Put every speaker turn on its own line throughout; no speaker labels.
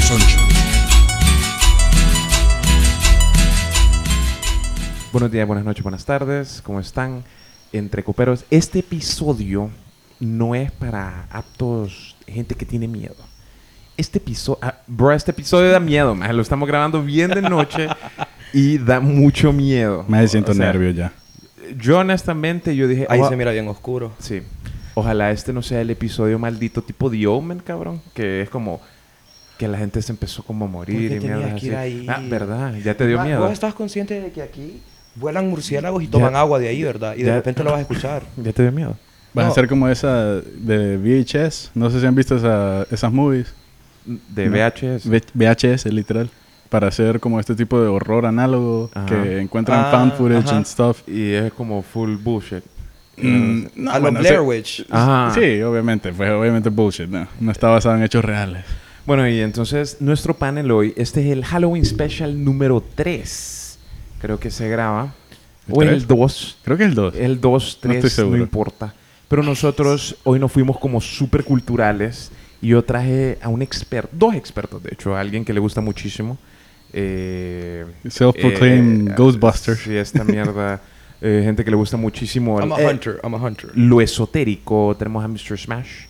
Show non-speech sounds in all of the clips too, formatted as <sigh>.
Sancho.
Buenos días, buenas noches, buenas tardes. ¿Cómo están? Entre coperos. Este episodio no es para aptos, gente que tiene miedo. Este episodio, bro, este episodio da miedo, maje. Lo estamos grabando bien de noche y da mucho miedo.
Me siento
O sea,
nervio ya.
Yo honestamente, yo dije...
Ahí
"Oja-
se mira bien oscuro.
Sí. Ojalá este no sea el episodio maldito tipo The Omen, cabrón. Que es como que la gente se empezó como a
¿Por
morir
qué
y
tenías
mierda
que ir ahí?
Ah, verdad. Ya te dio
Ma,
miedo.
Vos estás consciente de que aquí vuelan murciélagos y
Ya.
toman agua de ahí, ¿verdad? Y de
Ya.
repente lo vas a escuchar.
Ya te dio miedo.
Vas
No.
a ser como esa de VHS. No sé si han visto esa- esas movies.
De
No.
VHS.
V- VHS, literal. Para hacer como este tipo de horror análogo
Ajá.
que encuentran
Ah,
fan footage
ajá.
and stuff.
y es como full bullshit.
<laughs> Mm, no,
a lo
bueno,
Blair
sí-
Witch.
Ajá.
Sí, obviamente. Pues obviamente bullshit. No, no está basado en hechos reales.
Bueno, y entonces nuestro panel hoy, este es el Halloween Special número 3. Creo que se graba.
¿El
O es
tres?
el 2.
Creo que es el 2.
El 2,
No estoy
3, no,
seguro.
importa. Pero nosotros hoy nos fuimos como súper culturales y yo traje a un experto, dos expertos de hecho, a alguien que le gusta muchísimo. Eh,
Self-proclaimed Ghostbuster.
Sí, esta
<laughs>
mierda. eh, gente que le gusta muchísimo
I'm a
eh,
hunter, I'm a hunter.
lo esotérico. Tenemos a Mr. Smash.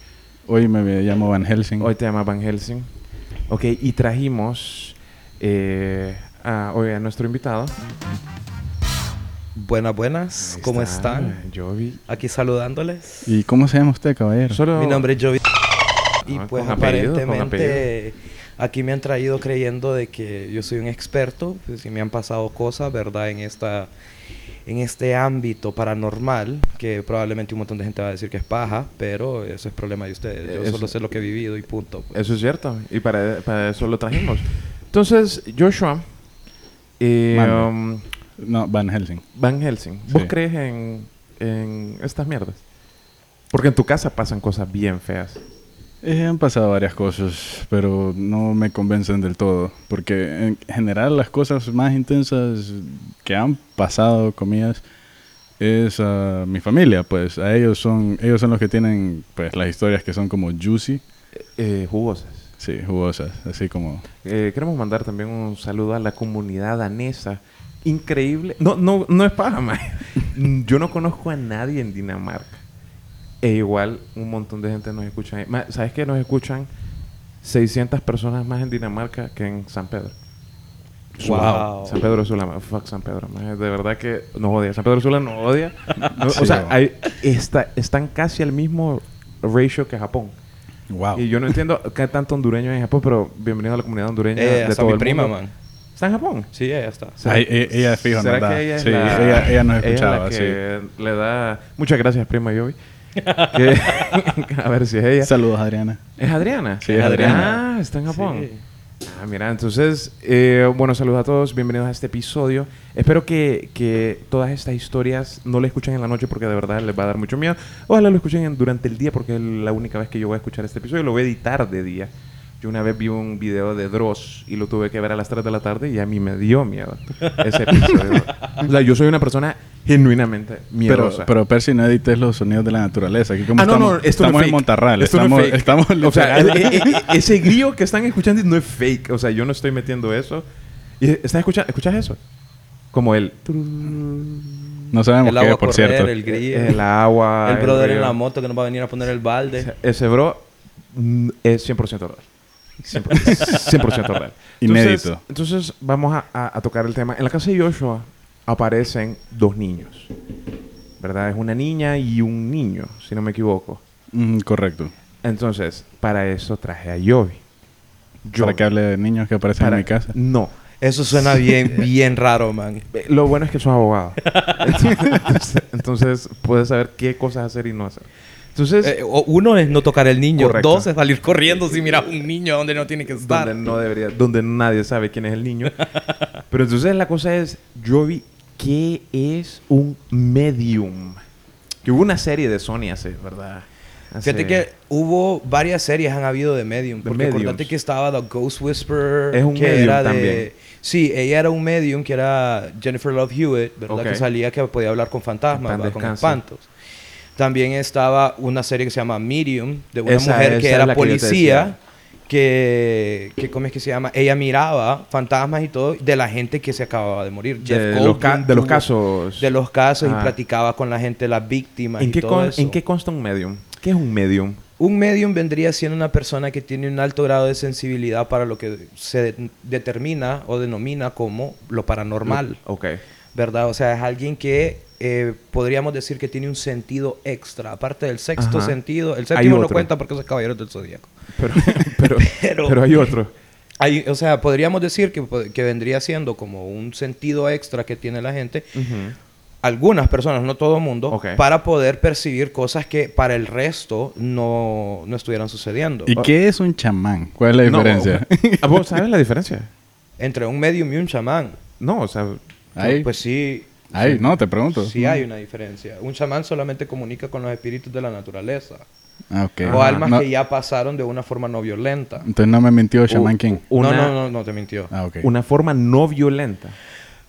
Hoy me, me llamo Van Helsing.
Hoy te llama Van Helsing. Ok, y trajimos eh, a, hoy a nuestro invitado.
Buenas, buenas.
Ahí
¿Cómo
está,
están?
Jovi.
Aquí saludándoles.
¿Y cómo se llama usted, caballero?
Solo-
Mi nombre es Jovi. Y
Ah,
pues
con apellido, con
aparentemente aquí me han traído creyendo de que yo soy un experto, pues, y me han pasado cosas, ¿verdad? En esta en este ámbito paranormal, que probablemente un montón de gente va a decir que es paja, pero eso es problema de ustedes. Yo
Eso-
solo sé lo que he vivido y punto. pues.
Eso es cierto. Y para, para eso lo trajimos. Entonces, Joshua, eh,
Mande.
um,
No, Van Helsing.
Van Helsing, ¿vos
Sí.
crees en, en estas mierdas? Porque en tu casa pasan cosas bien feas.
Eh, han pasado varias cosas, pero no me convencen del todo, porque en general las cosas más intensas que han pasado, comillas, es a mi familia, pues a ellos son, ellos son los que tienen pues las historias que son como juicy,
Eh, jugosas.
sí, jugosas, así como
Eh, queremos mandar también un saludo a la comunidad danesa. Increíble. No, no, no es paja, mae. <laughs> Yo no conozco a nadie en Dinamarca. E igual un montón de gente nos escucha. ahí. Ma- ¿Sabes qué? Nos escuchan 600 personas más en Dinamarca que en San Pedro.
Wow.
San Pedro Sula, ma- fuck San Pedro. ma. De verdad que nos odia. San Pedro Sula nos odia. No, o
Sí,
sea,
va.
hay- está- están casi al mismo ratio que Japón.
wow.
Y yo no entiendo qué tanto hondureño hay en Japón, pero bienvenido a la comunidad hondureña
Eh,
de
hasta
todo
mi
el
prima,
mundo.
man.
¿Está en Japón?
Sí, ya está.
¿Será-
Ay, e- ella es fijo,
¿será
¿no?
que ella es
Sí,
la-
ella- ella nos
es la
escuchaba,
que le da... Muchas gracias, prima
<laughs>
Yobi. Que- <laughs> a ver si es ella.
Saludos Adriana.
¿Es Adriana?
Sí, es Adriana.
Ah, está en Japón. Ah, mira, entonces, eh, bueno, saludos a todos, bienvenidos a este episodio. Espero que, que todas estas historias no las escuchen en la noche porque de verdad les va a dar mucho miedo. Ojalá lo escuchen en- durante el día porque es la única vez que yo voy a escuchar este episodio, lo voy a editar de día. Yo una vez vi un video de Dross y lo tuve que ver a las 3 de la tarde y a mí me dio miedo ese
<laughs>
episodio. o sea, yo soy una persona genuinamente
Pero,
miedosa.
pero Percy, no edites los sonidos de la naturaleza. Aquí como
Ah, no,
estamos,
no, esto no
estamos
es
en
fake.
Montarral,
Esto no es
estamos,
fake.
estamos
O sea,
literal.
el- e- e- ese grillo que están escuchando no es fake. O sea, yo no estoy metiendo eso. Y eh, ¿Estás escuchando? ¿Escuchas eso? Como el...
no sabemos
El
qué,
agua
por
correr,
cierto.
el grillo,
El
el,
agua...
brother en
río.
la moto que nos va a venir a poner el
O
balde.
sea, Ese bro mm, es 100% real. 100%, 100% real.
<laughs> Inédito.
Entonces, entonces vamos a, a- a tocar el tema. En la casa de Joshua aparecen dos niños. ¿Verdad? Es una niña y un niño, si no me equivoco.
Mm, correcto.
Entonces, para eso traje a Yobi.
Para que hable de niños que aparecen
Para-
en mi casa.
No.
Eso
<laughs>
suena bien, bien raro, man.
Eh, Lo bueno es que sos
<laughs>
abogado. Entonces, entonces, puedes saber qué cosas hacer y no hacer. Entonces,
Eh, o- uno es no tocar el niño,
Pues Correcto.
dos es salir corriendo si miras un niño donde no tiene que estar.
donde no debería, donde nadie sabe quién es el
<laughs>
niño. Pero entonces la cosa es, yo vi qué es un medium. Que hubo una serie de Sony hace, ¿verdad? Hace-
Fíjate que hubo varias series han habido de Medium.
De
Porque
mediums.
acordate que estaba The Ghost Whisperer.
Es un
que
medium también.
Sí, ella era un Medium que era Jennifer Love Hewitt, ¿verdad?
Ok.
Que salía que podía hablar con fantasmas,
En paz
¿verdad? con
descanse.
espantos. También estaba una serie que se llama Medium, de una
Esa-
mujer
esa
que
es
era
la que yo te
policía.
decía.
que, que ¿cómo es que se llama? Ella miraba fantasmas y todo de la gente que se acababa de morir.
De,
Jeff
los ca-
Goldblum
de los
tuvo-
casos.
De los casos
Ah.
y platicaba con la gente, las víctimas
¿En
y
qué,
todo
con-
eso.
¿En qué consta un medium? ¿Qué es un medium?
Un medium vendría siendo una persona que tiene un alto grado de sensibilidad para lo que se de- determina o denomina como lo paranormal,
Ok.
¿verdad? O sea, es alguien que eh, podríamos decir que tiene un sentido extra, aparte del sexto
Ajá.
sentido. El
Hay
séptimo no
otro.
cuenta porque es caballero del zodíaco.
Pero, <laughs> pero,
<laughs> Pero-
pero hay
<laughs>
otro.
Hay- o sea, podríamos decir que, que vendría siendo como un sentido extra que tiene la gente,
Ujú.
algunas personas, no todo el mundo,
Ok.
para poder percibir cosas que para el resto no, no estuvieran sucediendo.
¿Y qué es un chamán? ¿Cuál es la
No, <laughs>
diferencia?
¿a ¿Vos sabes la diferencia?
Entre un medium y un chamán.
No, o sea,
Ahí,
Pues sí.
ahí, no, te pregunto.
Sí hay una diferencia. Un chamán solamente comunica con los espíritus de la naturaleza.
Ah, ok.
O almas
No,
que ya pasaron de una forma no violenta.
Entonces no me mintió
Uh,
chamán quién.
una,
No, no, no, no te mintió.
Ah, ok.
una forma no violenta.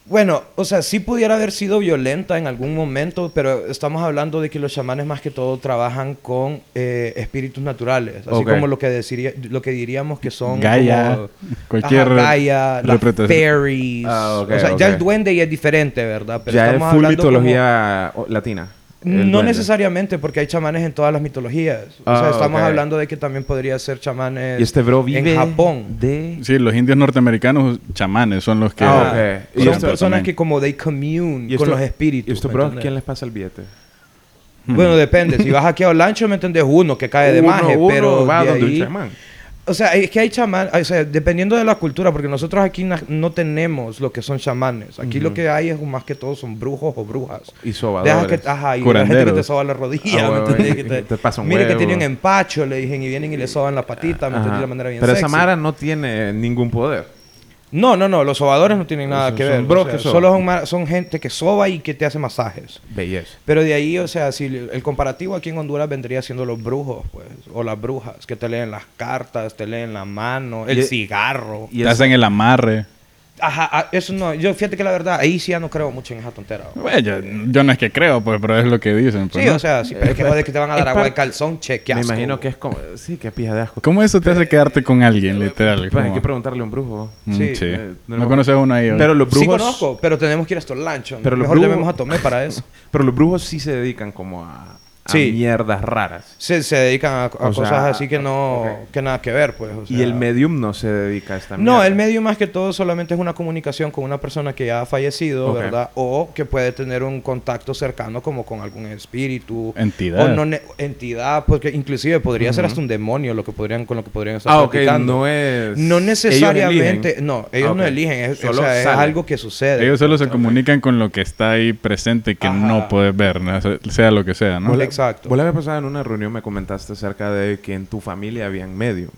Bueno, o sea, sí pudiera haber sido violenta en algún momento, pero estamos hablando de que los chamanes más que todo trabajan con eh, espíritus naturales, así
Ok.
como lo que deciría- lo que diríamos que son
Gaia,
como-
cualquier
Ajá, Gaia, las
representación.
fairies,
Ah, ok,
o sea, ya
ok.
el duende ya es diferente, ¿verdad? Pero
ya es
estamos
full
hablando como-
mitología o- latina. el
No
duende.
necesariamente, porque hay chamanes en todas las mitologías. O sea,
Ah,
estamos
ok.
hablando de que también podría ser chamanes
Y este bro vive
en Japón.
de...
Sí, los indios norteamericanos chamanes son los que...
Ah,
Ajá.
ok. Y
Son
esto-
personas
también.
que como they commune
¿Y
con
esto-
los espíritus.
¿Y esto,
¿me
bro,
entendés?
quién les pasa el billete?
Bueno, depende. Si vas aquí a Olancho, ¿me entendés? Uno que cae de
Uno-
maje,
uno
pero
va
de
donde un
ahí-
chamán.
O sea, es que hay chamán, o sea, dependiendo de la cultura, porque nosotros aquí na- no tenemos lo que son chamanes. Aquí lo que hay es más que todo son brujos o brujas.
Y
Dejas
sobadores.
que, ajá, y la gente que
Curanderos.
te soba la rodilla,
Ah,
¿me
huevo,
entendés?
y-
Que
y te pasa un
Mire que
huevo.
tienen empacho, le dicen, y vienen y le soban la patita, ¿me entendés?
Ajá.
De la manera bien
Pero
sexy.
esa Mara no tiene ningún poder.
No, no, no, los sobadores no tienen nada
Son-
que
son
ver.
bros
o sea,
que soban.
solo son, ma- son gente que soba y que te hace masajes.
Belleza.
Pero de ahí, o sea, si el el comparativo aquí en Honduras vendría siendo los brujos, pues, o las brujas, que te leen las cartas, te leen la mano, el
Y-
cigarro.
Y
Te
es-
hacen el amarre.
Ajá, ah, eso no, yo fíjate que la verdad, ahí sí ya no creo mucho en esa tontera. ¿no?
Bueno, yo, yo no es que creo, pues, pero es lo que dicen. pues,
Sí,
¿no?
o sea, sí, pero es que joder que te van a
es
dar agua de
parte-
calzón, che, qué
Me
asco.
imagino que es como... Sí, que pija de asco.
¿Cómo eso te hace quedarte con alguien, literal?
Pues hay
Como-
que preguntarle a un brujo.
Mm,
sí.
sí.
Eh, no
no
lo-
conoces a uno ahí. ¿o?
Pero los brujos...
Sí conozco, pero tenemos que ir a estos lanchos.
Pero los
Mejor
brujos-
llamemos a
<laughs>
Tomé para eso.
Pero los brujos sí se dedican como a, a
Sí.
mierdas raras.
Se, se dedican a, a
O sea,
cosas así que no,
ok.
que nada que ver, pues. o
y el
sea.
medium no se dedica a esta mierda.
No, el medio más que todo solamente es una comunicación con una persona que ya ha fallecido,
Ok.
¿verdad? O que puede tener un contacto cercano como con algún espíritu.
Entidad.
O no ne- entidad, porque inclusive podría ser hasta un demonio lo que podrían, con lo que podrían estar
Ah, ok.
platicando.
No es...
No necesariamente,
Ellos eligen.
no, ellos no
Ok.
eligen, es, o
Solo
sea, es
sale.
algo que sucede.
Ellos solo se comunican con lo que está ahí presente que
Ajá.
no puedes ver, ¿no? sea sea lo que sea, ¿no?
Hola. Exacto.
Vos la vez pasada en una reunión me comentaste acerca de que en tu familia habían mediums.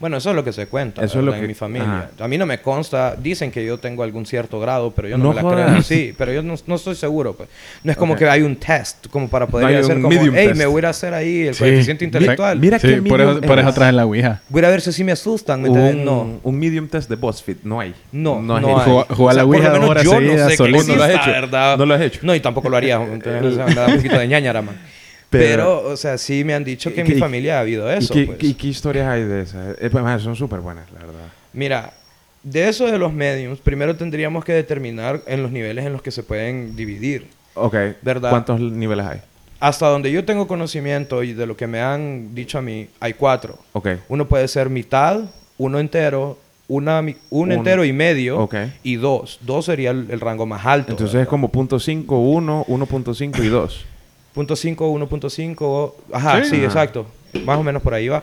Bueno, eso es lo que se cuenta
Eso es lo
¿verdad?
que-
en mi familia. A mí no me consta, dicen que yo tengo algún cierto grado, pero yo no,
No
me la
jodas.
creo. Sí, pero yo no, no estoy seguro. Pues. No es como
Ok.
que hay un test, como para poder
No hay
ir a hacer
un
como,
medium
hey,
test".
me voy a ir a hacer ahí el
Sí.
coeficiente
Mi-
intelectual.
mira
sí,
qué
por eso,
mínimo
por
es.
eso traes la ouija.
Voy a ir a ver si sí me asustan, ¿me entiendes?
Un,
No.
un medium test de BuzzFeed. No hay.
No,
No
no,
es
hay.
eso.
Jugar- jugar la
por lo
Ouija
menos
horas
yo
seguidas,
no sé que
solito.
exista,
No lo has hecho.
¿verdad?
No lo has hecho.
No, y tampoco lo haría. entonces, o sea, me da un poquito de ñañara, man.
<laughs> Pero-
Pero, o sea, sí me han dicho que en
¿Qué-
mi familia ha habido
¿Y
eso.
qué,
pues.
y qué historias hay de esas? Eh, pues, man, son súper buenas, la verdad.
Mira, de eso de los mediums, primero tendríamos que determinar en los niveles en los que se pueden dividir.
Ok.
¿Verdad?
¿Cuántos niveles hay?
Hasta donde yo tengo conocimiento y de lo que me han dicho a mí, hay cuatro.
Ok.
Uno puede ser mitad, uno entero, una, mi- un
Uno.
entero y medio
Ok.
y dos. Dos sería el, el rango más alto.
Entonces es como .5, 1, 1.5 y 2.
Punto .5, 1.5, ajá,
Sí.
sí,
Ajá.
exacto. Más o menos por ahí va.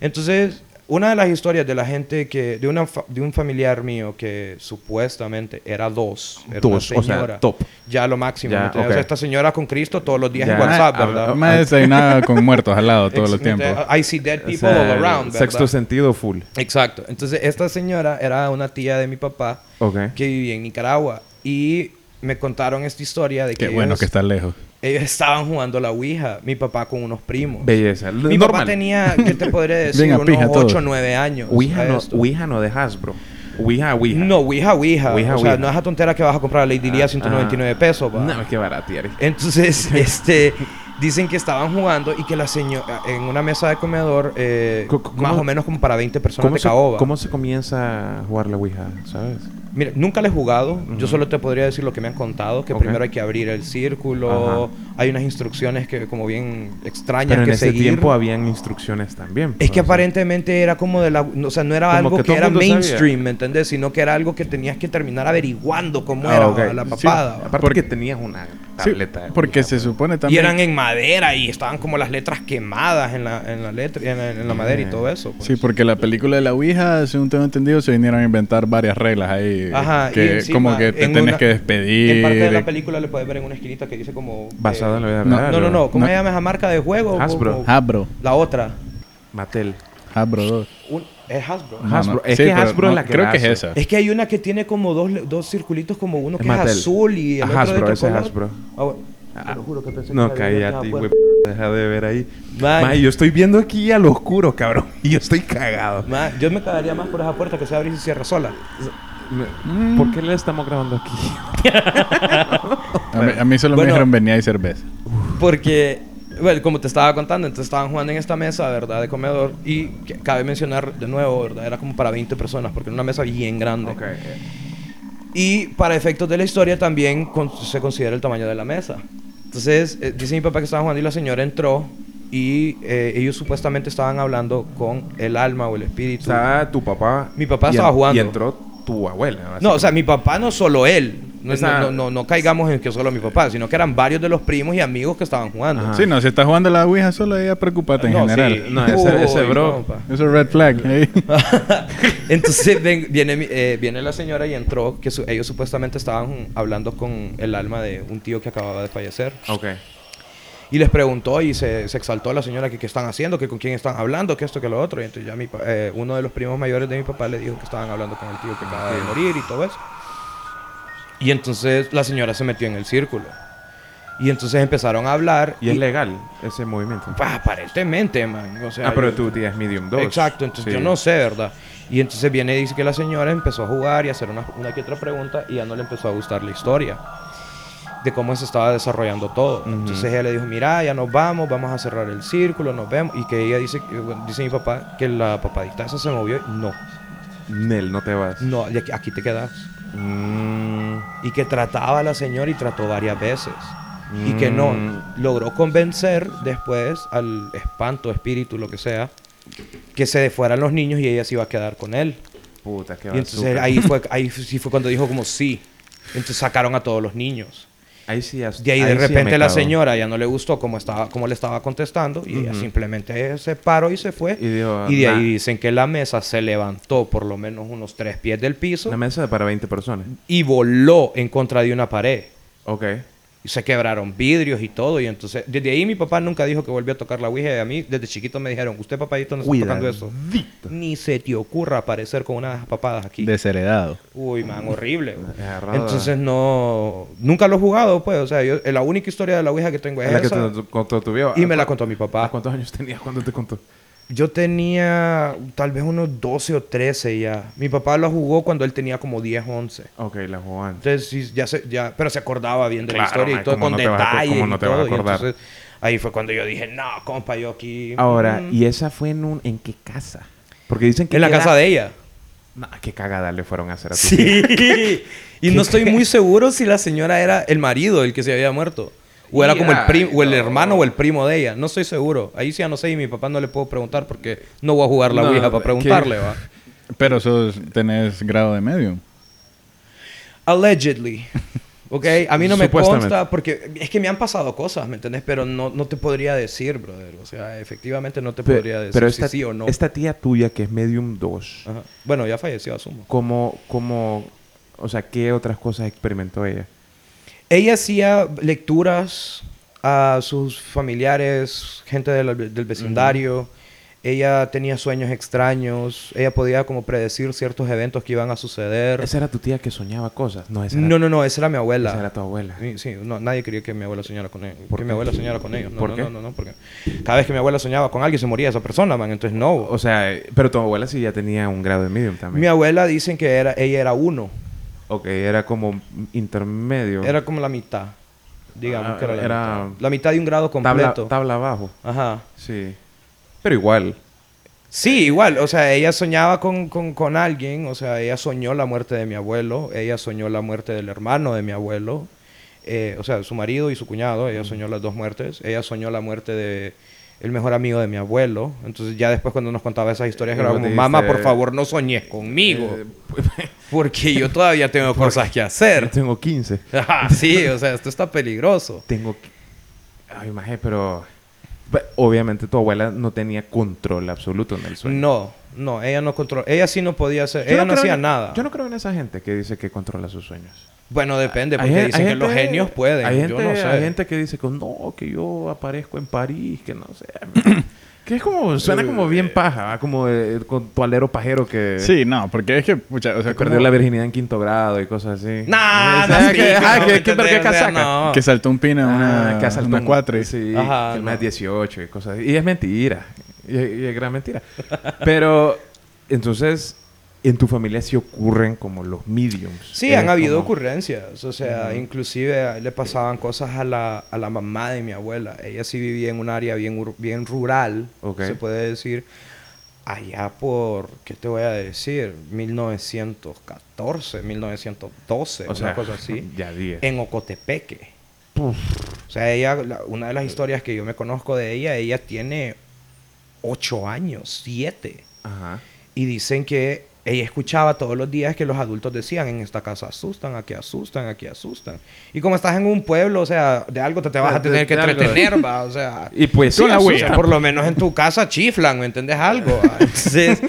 Entonces, una de las historias de la gente que, de, una fa- de un familiar mío que supuestamente era dos, era una
Dos, o sea,
señora.
top.
Ya lo máximo.
Ya,
¿me entiendes?
ok.
O sea, esta señora con Cristo todos los días
Ya,
en WhatsApp,
ah,
¿verdad?
Más desayunada con muertos al lado todo el
Ex-
tiempo.
I see dead people
O sea,
all around, ¿verdad?
Sexto sentido full.
Exacto. Entonces, esta señora era una tía de mi papá
Ok.
que vivía en Nicaragua y me contaron esta historia de que
Qué bueno
ellos-
que está lejos.
ellos estaban jugando la Ouija, mi papá con unos primos.
Belleza.
Mi papá
Normal.
tenía, ¿qué te
<laughs>
podría decir?
Bien a
unos
pija
8
todo.
o 9 años.
Ouija
a
no,
esto.
Ouija no de Hasbro. Ouija, Ouija.
No, Ouija, Ouija.
Ouija,
o sea,
Ouija.
no es esa tontera que vas a comprar a Lady Lía 199
Ah.
pesos. va.
<laughs> No, qué baratieri.
Entonces, este, Dicen que estaban jugando y que la señora, en una mesa de comedor, eh,
Co- co-
más
¿cómo-
o menos como para 20 personas
¿Cómo
de
se,
caoba.
¿Cómo se comienza a jugar la Ouija? ¿Sabes?
Mira, nunca le he jugado.
Ujú.
Yo solo te podría decir lo que me han contado, que
Ok.
primero hay que abrir el círculo,
Ajá.
hay unas instrucciones que como bien extrañas
Pero en
que
ese
seguir.
tiempo habían instrucciones también.
es
pues,
que
o sea,
aparentemente era como de la... no, O sea, no era
Como
algo
que
que,
todo el
era
mundo sabía.
mainstream, ¿me entendés? Sino que era algo que tenías que terminar averiguando cómo
Ah,
era
ok.
la
Sí,
papada. va.
Aparte
Porque-
que tenías una
Sí,
tableta. de
porque
Ouija,
se
pues.
supone
Y
también...
eran en madera y estaban como las letras quemadas en la, en la, letra, en la, en la
Eh,
madera y todo eso. pues.
Sí, porque la película de la Ouija, según tengo entendido, se vinieron a inventar varias reglas ahí.
Ajá, y
que
encima,
como que te
en
tenés
una-
que despedir.
En parte de la película le puedes ver en una esquinita que dice como...
Basado
eh,
en la vida
no,
real.
No, no, no.
¿o?
¿Cómo
No.
se llama esa marca de juego?
Hasbro.
Como-
Hasbro,
La otra.
Mattel.
Hasbro 2.
Un- es Hasbro.
No,
Hasbro.
no,
Es
sí,
que
pero
Hasbro es
no,
la que
Creo
la
que es
hace.
<laughs>
esa.
Es que hay una que tiene como dos, dos circulitos, como uno que
Es Mattel.
es azul y el
Ah,
otro de
Hasbro,
otro
ese es
color.
Hasbro.
Ah, bueno. Te lo juro que pensé
No,
que la había
cállate,
dejado
güey.
puesta.
Deja de ver ahí.
Man.
Ma, yo estoy viendo aquí al oscuro, cabrón. <laughs> Y yo estoy cagado.
Ma, Yo me cagaría más por esa puerta que se abre y se cierra sola.
Me- ¿Por qué le estamos grabando aquí?
A mí, a mí solo me
Bueno.
dijeron venía y cerveza.
Porque, bueno, como te estaba contando, entonces estaban jugando en esta mesa, ¿verdad? De comedor. Y que- cabe mencionar de nuevo, ¿verdad? Era como para 20 personas, porque era una mesa bien grande. Y para efectos de la historia también con- se considera el tamaño de la mesa. Entonces, eh, dice mi papá que estaban jugando y la señora entró y eh, ellos supuestamente estaban hablando con el alma o el espíritu.
Estaba tu papá.
Mi papá
y en-
estaba jugando.
Y entró tu abuela.
no, o sea, mi papá no solo él. No,
Esa-
no, no, no- no caigamos en que solo mi papá, sino que eran varios de los primos y amigos que estaban jugando.
Ajá.
Sí, no, si estás jugando la Ouija solo ella preocupate en
No,
general.
sí.
No, ese, ese
Uy,
bro.
compa.
Eso es red flag. ahí.
<laughs> Entonces ven- viene, mi- eh, viene la señora y entró, que su- ellos supuestamente estaban hablando con el alma de un tío que acababa de fallecer.
Ok.
Y les preguntó y se, se exaltó la señora que qué están haciendo, que con quién están hablando, que esto, que lo otro. Y entonces ya mi, pa- eh, uno de los primos mayores de mi papá le dijo que estaban hablando con el tío que acaba de morir y todo eso. Y entonces la señora se metió en el círculo. Y entonces empezaron a hablar.
Y es legal ese movimiento.
Pa- aparentemente, man. O sea,
ah, pero
yo-
tu tía es medium 2.
Exacto, entonces yo no sé, ¿verdad? Y entonces viene y dice que la señora empezó a jugar y a hacer una, una que otra pregunta y ya no le empezó a gustar la historia de cómo se estaba desarrollando todo. Entonces ella le dijo, mira, ya nos vamos, vamos a cerrar el círculo, nos vemos. Y que ella dice, eh, bueno, dice mi papá, que la papadita esa se movió. y No,
Nel, no te vas.
no, y aquí, aquí te quedas.
Mm,
Y que trataba a la señora y trató varias veces. Y que no,
Mm.
logró convencer después al espanto, espíritu, lo que sea, que se fueran los niños y ella se iba a quedar con él.
puta, qué
Y entonces
bazooka.
ahí fue, ahí f- sí fue cuando dijo como sí. Entonces sacaron a todos los niños.
Ahí sí has-
De ahí, de
sí me
repente la
cago.
señora ya no le gustó cómo, estaba, cómo le estaba contestando y ella
Ujú.
simplemente se paró y se fue.
Y
Y,
dijo,
de
"Nah".
ahí dicen que la mesa se levantó por lo menos unos tres pies del piso
Una mesa para 20 personas.
y voló en contra de una pared.
Ok.
Y se quebraron vidrios y todo. Y entonces, desde ahí mi papá nunca dijo que volvió a tocar la Ouija. Y a mí, desde chiquito me dijeron, usted papadito no está tocando eso. Ni se te ocurra aparecer con unas papadas aquí.
Desheredado.
Uy, man, horrible. güey.
Agarrado.
Entonces no... Nunca lo he jugado, pues. O sea, yo, la única historia de la Ouija que tengo es
Es la que
esa.
te Ah, contó tu viejo.
Y me la contó mi
¿A
papá.
cuántos años tenías cuando te contó?
Yo tenía tal vez unos 12 o 13 ya. Mi papá la jugó cuando él tenía como 10, 11.
Ok, la jugó antes.
Entonces, sí, ya se, ya, pero se acordaba bien de la
Claro,
historia
man,
y todo,
¿cómo
con
no te vas a acu-
detalles
cómo no
y
te vas a
todo. Y
acordar?
entonces, ahí fue cuando yo dije, no, compa, yo aquí...
Ahora,
mm".
¿y esa fue en un en qué casa? Porque dicen que
En la
queda-
casa de ella.
No, qué cagada le fueron a hacer a tu tía.
Sí. y no estoy muy seguro si la señora era el marido el que se había muerto. O era como el
Ya,
primo, o el
no.
hermano o el primo de ella. No estoy seguro. Ahí sí ya no sé y mi papá no le puedo preguntar porque no voy a jugar la
No,
ouija
¿qué?
para
<laughs>
preguntarle, va.
Pero sos, tenés grado de medium.
Allegedly. Ok, a mí no me
Supuestamente.
consta porque es que me han pasado cosas, ¿me entendés? Pero no, no te podría decir, brother. O sea, efectivamente no te
Pe-
podría
<laughs>
decir
pero
si
esta,
sí o no. Ah.
esta tía tuya que es medium 2,
Ajá. Bueno, ya falleció, asumo.
¿cómo, cómo, o sea, qué otras cosas experimentó ella?
Ella hacía lecturas a sus familiares, gente del, del vecindario. Ella tenía sueños extraños. Ella podía como predecir ciertos eventos que iban a suceder.
Esa era tu tía que soñaba cosas, no esa era,
No, no, no. Esa era mi abuela.
esa era tu abuela.
Sí, sí, no, nadie quería que mi abuela soñara con él.
¿Por qué?
que mi abuela soñara con ellos. No,
¿Por
no,
qué?
no, no, no, porque cada vez que mi abuela soñaba con alguien se moría esa persona, man. Entonces no.
O sea, eh, pero tu abuela sí ya tenía un grado de medium también.
mi abuela dicen que era, ella era uno.
ok, era como intermedio.
Era como la mitad. Digamos
Ah,
que era la
era-
mitad. La mitad de un grado
Tabla,
completo.
tabla abajo.
Ajá.
Sí. Pero igual.
Sí, igual, o sea, ella soñaba con, con- con alguien, o sea, ella soñó la muerte de mi abuelo, ella soñó la muerte del hermano de mi abuelo, eh, o sea, su marido y su cuñado, ella soñó las dos muertes, ella soñó la muerte de el mejor amigo de mi abuelo, entonces ya después cuando nos contaba esas historias
Y
era
vos
como,
dijiste,
mamá, por favor, no soñes conmigo,
eh, <laughs>
porque yo todavía tengo cosas que
yo <laughs>
hacer.
tengo 15.
Ajá, sí, o sea, esto está peligroso.
Tengo. que- Ay, maje, pero. Pe- Obviamente tu abuela no tenía control absoluto en el sueño.
No, no, ella no controla, ella sí no podía hacer,
Yo
ella no
creo
hacía
en-
nada.
Yo no creo en esa gente que dice que controla sus sueños.
Bueno, depende, porque
gen-
dicen que los
gente-
genios pueden.
Hay gente,
yo no sé.
hay gente que dice que no, que yo aparezco en París, que no sé.
<coughs>
que es como, suena como bien paja, ¿va? como eh, con tu alero pajero que,
Sí, no, porque es que, pucha, o sea,
que perdió
como
la virginidad en quinto grado y cosas así.
Nah, no,
Ah,
es
que,
pico,
ah, que,
¿me
que-
entendés?
que
O sea,
casaca.
no. Ah,
que saltó un pino en una,
Ah, que asaltó
una
un-
cuatri.
Sí,
Ajá,
que el
no.
más 18 y cosas así. Y es mentira. Y, y es gran mentira. Pero, entonces, en tu familia sí ocurren como los mediums.
Sí,
Es
han habido
como-
ocurrencias. O sea, inclusive eh, le pasaban cosas a la, a la mamá de mi abuela. Ella sí vivía en un área bien, ur- bien rural,
Ok.
se puede decir. Allá por, ¿qué te voy a decir? 1914, 1912,
O sea,
una cosa así.
Ya 10.
En Ocotepeque.
Puf.
O sea, ella, la- una de las historias que yo me conozco de ella, ella tiene ocho años, siete.
Ajá.
Y dicen que ella escuchaba todos los días que los adultos decían, en esta casa asustan, aquí asustan, aquí asustan. Y como estás en un pueblo, o sea, de algo te, te vas a
De-
tener
de-
que
de algo.
entretener, va, o sea...
Y pues <laughs> sí,
o sea,
asustan.
por lo menos en tu casa chiflan, ¿me entendés algo?
<laughs>
va. Entonces...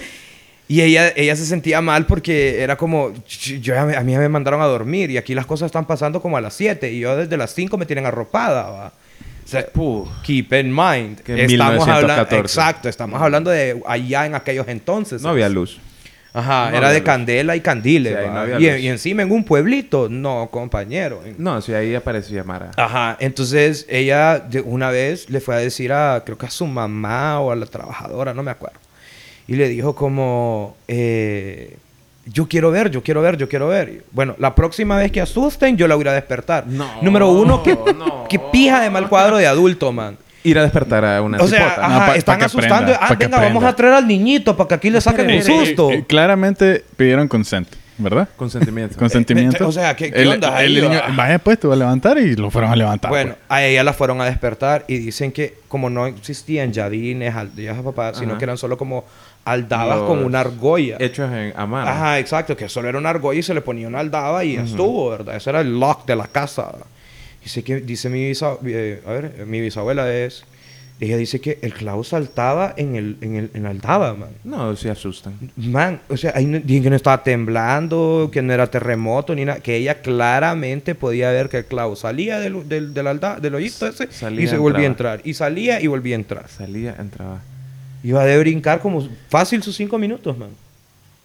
Y ella, ella se sentía mal porque era como, "Ch- yo ya me- a mí ya me mandaron a dormir y aquí las cosas están pasando como a las 7 y yo desde las 5 me tienen arropada. ¿va? O sea,
Puh.
keep in mind.
Que en
estamos hablando,
1914.
exacto, estamos hablando de allá en aquellos entonces.
No había luz.
Ajá,
No
era
había
de
luz.
candela y candiles.
Sí, ahí no
¿va?
había
y,
luz.
y encima en un pueblito. No, compañero.
No, sí, ahí aparecía Mara.
Ajá, entonces ella de una vez le fue a decir a, creo que a su mamá o a la trabajadora, no me acuerdo. Y le dijo como, eh, yo quiero ver, yo quiero ver, yo quiero ver. Y, Bueno, la próxima vez que asusten, yo la voy a ir a despertar.
No,
Número uno, que,
no.
pija de mal cuadro de adulto, man.
Ir a despertar a una
O sea, ah.
cipota.
ajá,
No, pa-
están
pa' que
asustando.
aprenda,
ah,
pa' que
venga, vamos
aprenda.
a traer al niñito para que aquí le saquen un
Espere,
susto.
Eh, eh, claramente pidieron consent, ¿verdad? <laughs>
Consentimiento.
Consentimiento.
Eh, o sea, ¿qué- qué
El-
onda ahí,
el niño,
va?
vaya pues, te va a levantar y lo fueron a levantar.
Bueno,
pues.
a ella la fueron a despertar y dicen que como no existían llavines, aldabas, papá, sino
Ajá.
que eran solo como aldabas
Los-
con una argolla.
Hechos en, a mano.
Ajá, exacto, que solo era una argolla y se le ponía una aldaba y estuvo, ¿verdad? Ese era el lock de la casa. Dice que, dice mi, bisa- eh, a ver, eh, mi bisabuela es, ella dice que el clavo saltaba en el, en el, en la aldaba, man.
No, sí
Mm.
asustan.
Man, o sea, ahí no- dicen que no estaba temblando, que no era terremoto ni nada, que ella claramente podía ver que el clavo salía del, del, del, alda- del hoyito ese
salía,
y se volvía
entraba.
a entrar. Y salía y volvía a entrar.
Salía, entraba.
Iba de brincar como fácil sus cinco minutos, man.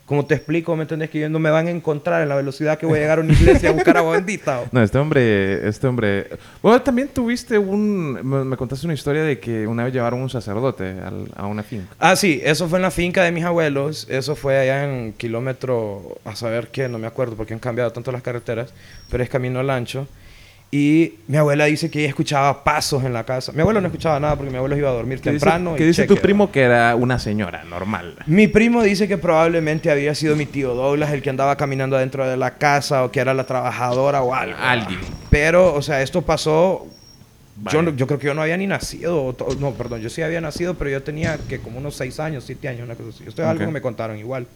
Como te explico, ¿me entendés? Que yo no me van a encontrar en la velocidad que voy a llegar a una iglesia a buscar a bendita.
No, este hombre, este hombre... Bueno, también tuviste un... Me, me contaste una historia de que una vez llevaron un sacerdote al- a una finca.
Ah, sí, eso fue en la finca de mis abuelos. Eso fue allá en kilómetro, a saber qué, no me acuerdo porque han cambiado tanto las carreteras, pero es camino al ancho. Y mi abuela dice que ella escuchaba pasos en la casa. Mi abuelo no escuchaba nada porque mi abuelo iba a dormir
¿Qué dice-
temprano.
¿Qué
y
dice tu
cheque,
primo que era una señora normal?
mi primo dice que probablemente había sido mi tío Douglas el que andaba caminando adentro de la casa o que era la trabajadora o algo.
Alguien.
Pero, o sea, esto pasó. Yo,
Vale.
no- yo creo que yo no había ni nacido. o to- No, perdón, yo sí había nacido, pero yo tenía que como unos 6 años, 7 años, una cosa así. Esto es algo
Ok.
que me contaron igual.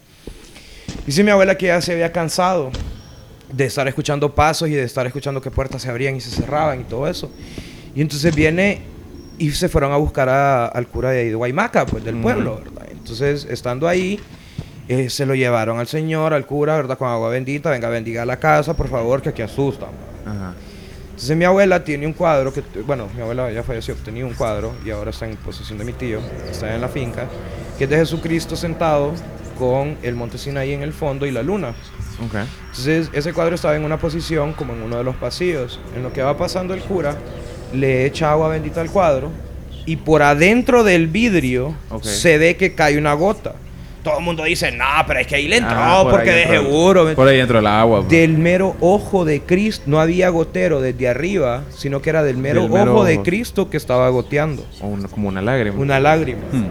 Dice mi abuela que ya se había cansado de estar escuchando pasos y de estar escuchando que puertas se abrían y se cerraban y todo eso. Y entonces viene y se fueron a buscar a- al cura de, ahí de Guaymaca, pues del
Ujú.
pueblo, ¿verdad? Entonces, estando ahí, eh, se lo llevaron al señor, al cura, ¿verdad? Con agua bendita, venga, bendiga la casa, por favor, que aquí asustan.
Ajá.
Entonces mi abuela tiene un cuadro que, bueno, mi abuela ya falleció, tenía un cuadro y ahora está en posesión de mi tío, está en la finca, que es de Jesucristo sentado con el monte Sinaí en el fondo y la luna.
Ok.
Entonces ese cuadro estaba en una posición como en uno de los pasillos. En lo que va pasando el cura, le echa agua bendita al cuadro y por adentro del vidrio
Ok.
se ve que cae una gota. todo el mundo dice, no, pero es que ahí le entró
Ajá, Ah, por
porque
ahí
de
entró.
seguro.
Por ahí entró el agua. pues.
Del mero ojo de Cristo, no había gotero desde arriba, sino que era del mero,
Del mero
ojo de
ojo.
Cristo que estaba goteando.
O una- como una lágrima.
Una lágrima.
Hmm.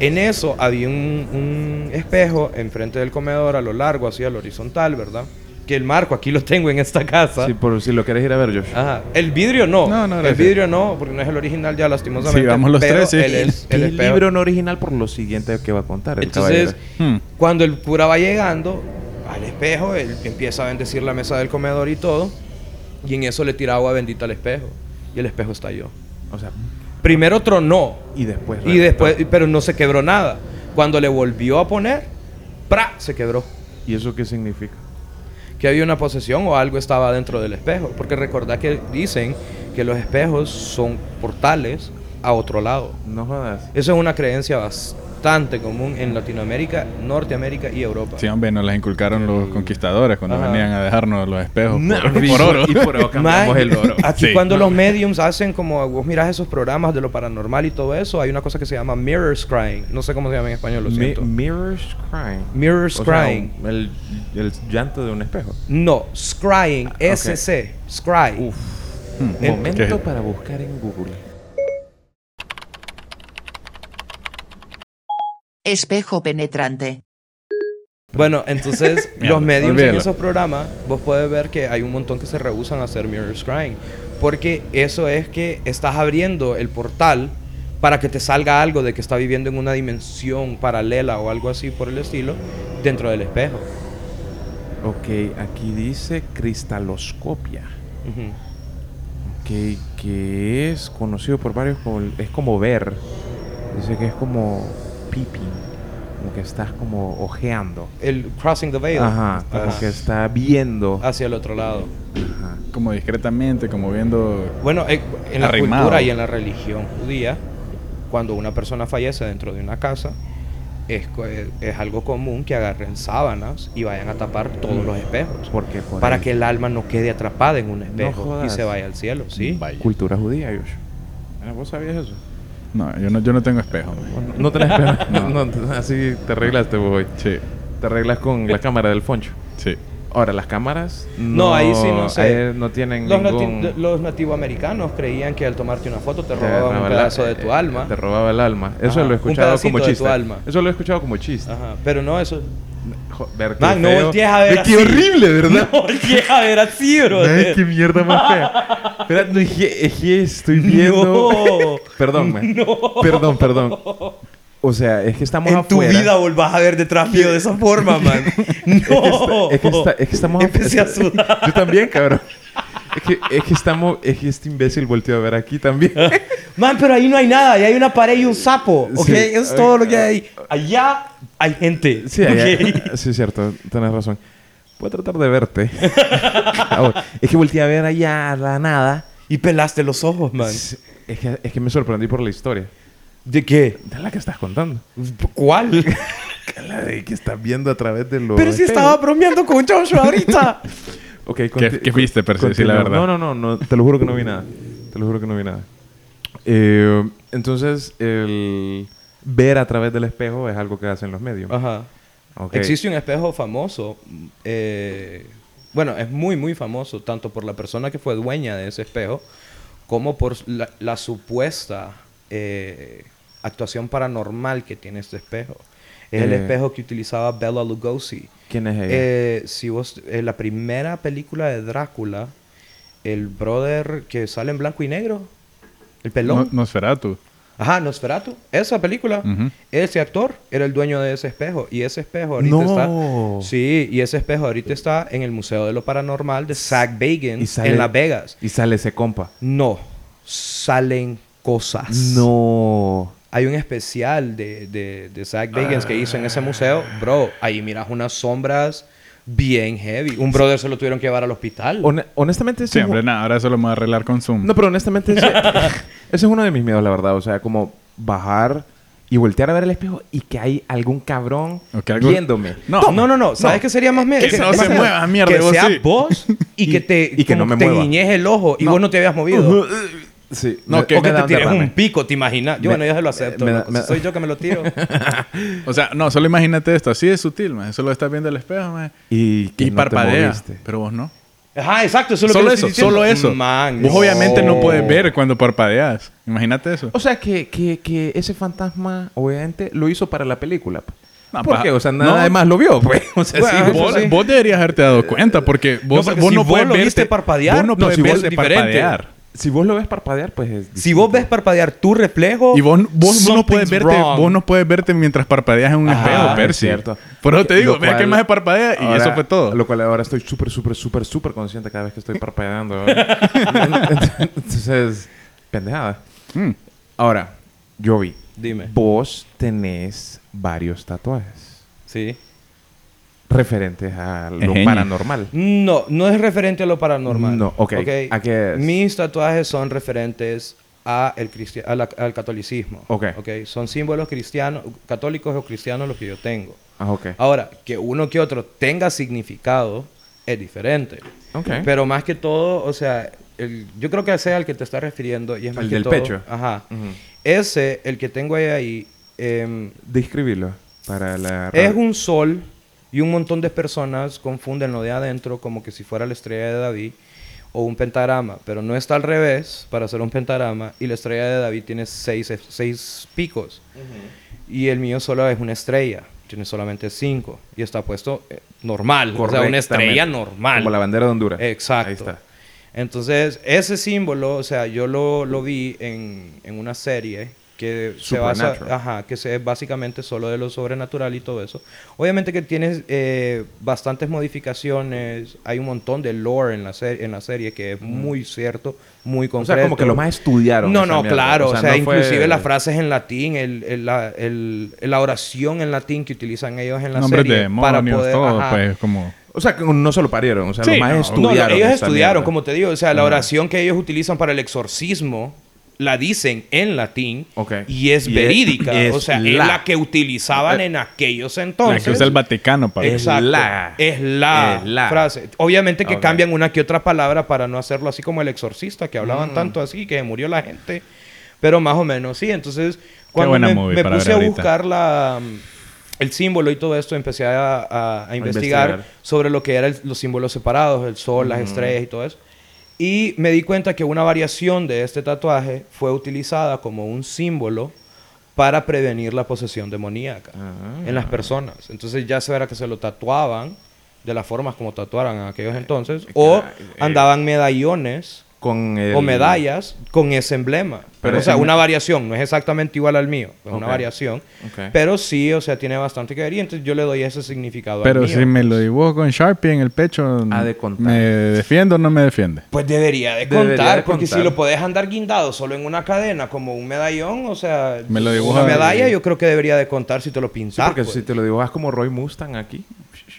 En eso había un, un espejo enfrente del comedor a lo largo, así al horizontal, ¿verdad? Que el marco aquí lo tengo en esta casa.
Sí, por si lo querés ir a ver, Josh.
Ajá. El vidrio no.
No, no,
el
gracias.
vidrio no, porque no es el original ya lastimosamente.
Sí, vamos los
pero
tres, sí.
él es el,
el
espejo.
libro no original por lo siguiente que va a contar. El
Entonces,
caballero.
Hmm.
cuando el cura va llegando al espejo, él empieza a bendecir la mesa del comedor y todo. Y en eso le tira agua bendita al espejo. Y el espejo estalló.
O sea,
Primero tronó.
y después.
Y después, pero no se quebró nada. Cuando le volvió a poner, ¡pra! se quebró.
¿Y eso qué significa?
Que había una posesión o algo estaba dentro del espejo. Porque recordad que dicen que los espejos son portales a otro lado.
No jodas.
Eso es una creencia bastante común en Latinoamérica, Norteamérica y Europa.
Sí, hombre, nos las inculcaron los conquistadores cuando
Ajá.
venían a dejarnos los espejos
No,
por,
<laughs>
<laughs> y
por oro.
Y por oro cambiamos
Mae,
el <laughs> oro.
<laughs> Aquí
Sí,
cuando los mediums hacen como vos mirás esos programas de lo paranormal y todo eso, hay una cosa que se llama mirrors crying. No sé cómo se llama en español, lo
Mi-
siento.
mirrors crying.
Mirrors
O sea,
crying.
un- el, el llanto de un espejo.
no, scrying,
ok.
SC, scry.
Uf.
Hmm.
Momento
Ok.
para buscar en Google.
Espejo penetrante.
Bueno,
<laughs>
entonces
Mierda,
los mediums en
olvídalo.
esos programas, vos puedes ver que hay un montón que se rehusan a hacer mirror scrying, porque eso es que estás abriendo el portal para que te salga algo de que está viviendo en una dimensión paralela o algo así por el estilo dentro del espejo.
Ok, aquí dice cristaloscopia.
Ujú.
que, que es conocido por varios como el- es como ver. Dice que es como peeping, como que estás como ojeando.
El crossing the veil
Ajá, como
Ajá.
que está viendo.
hacia el otro lado.
Ajá.
Como discretamente, como viendo...
Bueno, eh, en la
Arrimado.
cultura y en la religión judía, cuando una persona fallece dentro de una casa, es, co- eh, es algo común que agarren sábanas y vayan a tapar todos los espejos.
Porque por
para
ahí-
que el alma no quede atrapada en un espejo y
jodas.
se vaya al cielo, ¿sí?
Vaya.
cultura judía, Josh. Mira, Ah, ¿Vos sabías eso?
No, yo no, yo no tengo espejo. hombre.
No
<laughs>
te la esperas. no, no, así te arreglaste vos hoy.
Sí,
Te arreglas con
<laughs>
la cámara del Foncho.
sí.
Ahora, las cámaras.
No, ahí sí no sé.
ahí no tienen.
Los, nati-
ningún...
los nativoamericanos creían que al tomarte una foto te
Te
robaban un
el-
pedazo de tu
eh,
alma.
Te robaba el alma. Eso
Ajá,
lo
un
he escuchado
pedacito
como
de tu
chiste.
alma.
Eso lo he escuchado como chiste.
Ajá, Pero no, eso...
Joder,
Man, no voltees a ver
Ve, Qué
así.
horrible,
<laughs>
¿verdad?
No, llega a ver así, bro.
Ay, qué mierda más fea. Espera, no, es que- es que
<laughs>
estoy viendo.
No.
Perdón, man. Perdón, perdón. O sea, es que estamos
En tu
afuera.
vida volvás a ver detrás mío de esa
<laughs>
forma, man. No.
Es que, esta- es que estamos afu-
Empecé a sudar.
<laughs> Yo también, cabrón. Es que, es que estamos. Es que este imbécil volteó a ver aquí también.
<laughs> Man, pero ahí no hay nada. Ahí hay una pared y un sapo. ¿Ok?
Sí.
Eso es todo lo que hay. Allá hay gente.
Sí, allá-
¿ok?
sí, es cierto, tenés razón. Voy a tratar de verte. <laughs> Ahora, es que volteé a ver allá a la nada.
Y pelaste los ojos, man.
Es es que, es que me sorprendí por la historia.
¿De qué?
De la que estás contando. <laughs>
¿Cuál?
La de que estás viendo a través de los.
pero si
espejos.
estaba bromeando con Joshua ahorita.
Ok,
¿Qué- qué fuiste, Percy? Decí la
continúa.
verdad.
No, no, no, no, te lo juro que no vi nada. Te lo juro que no vi nada. Eh, entonces, el ver a través del espejo es algo que hacen los medios.
Ajá.
Ok.
Ah, Existe un espejo famoso. eh, bueno, es muy, muy famoso, tanto por la persona que fue dueña de ese espejo, como por la, la supuesta eh, actuación paranormal que tiene este espejo. Es el
Eh.
espejo que utilizaba Bela Lugosi.
¿Quién es ella?
Eh, si vos, en la primera película de Drácula, el brother que sale en blanco y negro, el pelón.
No, Nosferatu.
Ajá, Nosferatu. Esa película,
Ujú.
ese actor era el dueño de ese espejo. Y ese espejo ahorita
No.
está. Sí, y ese espejo ahorita está en el Museo de lo Paranormal de Zach
Y
Bagans
sale-
en Las Vegas.
Y sale ese compa.
No, salen cosas.
No.
Hay un especial de, de, de Zach Bagans que hizo en ese museo. Bro, ahí miras unas sombras bien heavy. Un brother se lo tuvieron que llevar al hospital.
Hone- honestamente, ese
Sí,
es
hombre,
un-
nada, ahora eso lo vamos a arreglar con Zoom.
No, pero honestamente,
<laughs>
ese, ese es uno de mis miedos, la verdad. O sea, como bajar y voltear a ver el espejo y que hay algún cabrón
O que algo-
viéndome.
No,
No, no, no, no. ¿Sabes qué sería más miedo?
Que no se mueva, mierda,
Que
vos
sea
sí.
vos y,
Y-
que te,
y que no
como
me
te
mueva.
guiñes el ojo y
No.
vos no te habías movido.
Sí.
No,
Me-
que,
o
que
da
te
un
tires
derrame.
un pico, ¿te imaginas? Yo,
Me-
bueno, yo se lo acepto.
me da-
loco.
me-
Si soy yo que me lo tiro.
O sea, no, solo imagínate esto. Así de sutil, man. Solo estás viendo el espejo, man.
Y, que
Y
no te
parpadea.
moviste.
Pero vos no.
Ajá, exacto. Eso es lo
solo
que
eso,
le estoy
solo
diciendo.
eso.
Man,
Vos
no.
obviamente no puedes ver cuando parpadeas. Imagínate eso.
O sea, que, que, que ese fantasma, obviamente, lo hizo para la película. pues.
No,
¿Por
pa-
qué? O sea, nada
no.
de más lo vio, pues. <laughs> O sea,
Bueno,
sí,
eso
Vos,
vos-
sí.
vos deberías haberte dado cuenta porque vos no,
porque
vos
si
no
vos
puedes
lo
verte-
viste parpadear,
vos no
no,
puedes
si vos
verte
es
diferente.
parpadear.
Si vos lo ves parpadear, pues es
Si vos ves parpadear tu reflejo.
Oh,
Y vos, vos no puedes
something's
verte,
wrong.
vos no puedes verte mientras parpadeas en un
Ajá,
espejo,
es
Percy.
cierto.
Por eso te
Lo
digo, mira
cual-
que el maje parpadea y
Ahora-
eso fue todo.
Lo cual ahora estoy súper, súper, súper, súper consciente cada vez que estoy parpadeando.
<laughs>
¿verdad? Entonces, pendejada.
Mm.
Ahora, yo vi.
Dime.
Vos tenés varios tatuajes
Sí.
referentes a lo
Ejeñe.
paranormal.
No, no es referente a lo paranormal.
No, ok. ¿A qué es?
Mis tatuajes son referentes a el cristi- a la- al catolicismo.
Ok.
Son símbolos cristianos, católicos o cristianos los que yo tengo.
Ah, ok.
Ahora, que uno que otro tenga significado es diferente.
Ok.
Pero más que todo, o sea, el- yo creo que ese es al que te estás refiriendo y es más
El
que
del
todo-
pecho.
Ajá.
Ujú.
Ese, el que tengo ahí, ahí em,
Describilo para la...
es un sol y un montón de personas confunden lo de adentro como que si fuera la estrella de David o un pentagrama, pero no está al revés para hacer un pentagrama y la estrella de David tiene seis, seis picos y el mío solo es una estrella, tiene solamente cinco y está puesto eh, normal, o sea, una estrella
Correctamente.
normal.
Como la bandera de Honduras.
Exacto.
Ahí está.
Entonces, ese símbolo, o sea, yo lo, lo vi en, en una serie que se basa,
Supernatural.
ajá, que se- es básicamente solo de lo sobrenatural y todo eso. Obviamente que tienes eh, bastantes modificaciones, hay un montón de lore en la, ser- en la serie que es muy cierto, muy
O
concreto.
sea, como que los más estudiaron.
No,
esa
no,
mierda.
claro. O sea,
no fue-
inclusive las frases en latín, el, el- la, el- la oración en latín que utilizan ellos en la
Nombres
serie
de demonios, todo,
ajá.
pues, como...
O sea, que no se lo parieron. O sea,
Sí,
los más
no, no,
No,
estudiaron.
ellos
esta
estudiaron,
mierda.
como te digo. O sea, la oración que ellos utilizan para el exorcismo la dicen en latín
Ok.
y es
Y es-
verídica.
es
o sea,
la. eh,
es la que utilizaban en aquellos
La
entonces.
que usa el Vaticano para...
Es
Exacto.
la.
Es la,
Es la.
frase. Obviamente que
Ok.
cambian una que otra palabra para no hacerlo así como el exorcista, que hablaban tanto así, que murió la gente. Pero más o menos, sí. Entonces, cuando
buena
me,
movie
me
para
puse
ver
a
ahorita.
buscar la, el símbolo y todo esto, empecé a, a- a investigar,
investigar.
sobre lo que eran los símbolos separados, el sol, las estrellas y todo eso. Y me di cuenta que una variación de este tatuaje fue utilizada como un símbolo para prevenir la posesión demoníaca
Ah.
en las personas. Entonces ya se era que se lo tatuaban de las formas como tatuaran en aquellos entonces o
caray, eh.
andaban medallones
Con el-
o medallas con ese emblema.
Pero
o sea,
ese-
una variación, no es exactamente igual al mío, es una
Ok.
variación,
Ok.
pero sí, o sea, tiene bastante que ver y entonces yo le doy ese significado al
Pero
mío.
si me lo dibujo con Sharpie en el pecho,
Ha de contar.
¿me defiendo o no me defiende?
Pues debería de contar,
Debería de
porque
contar.
si lo podés andar guindado solo en una cadena como un medallón, o sea,
Me lo
una
dibuja-
medalla yo creo que debería de contar si te lo
Sí,
pintas.
porque
pues.
si te lo dibujas como Roy Mustang aquí.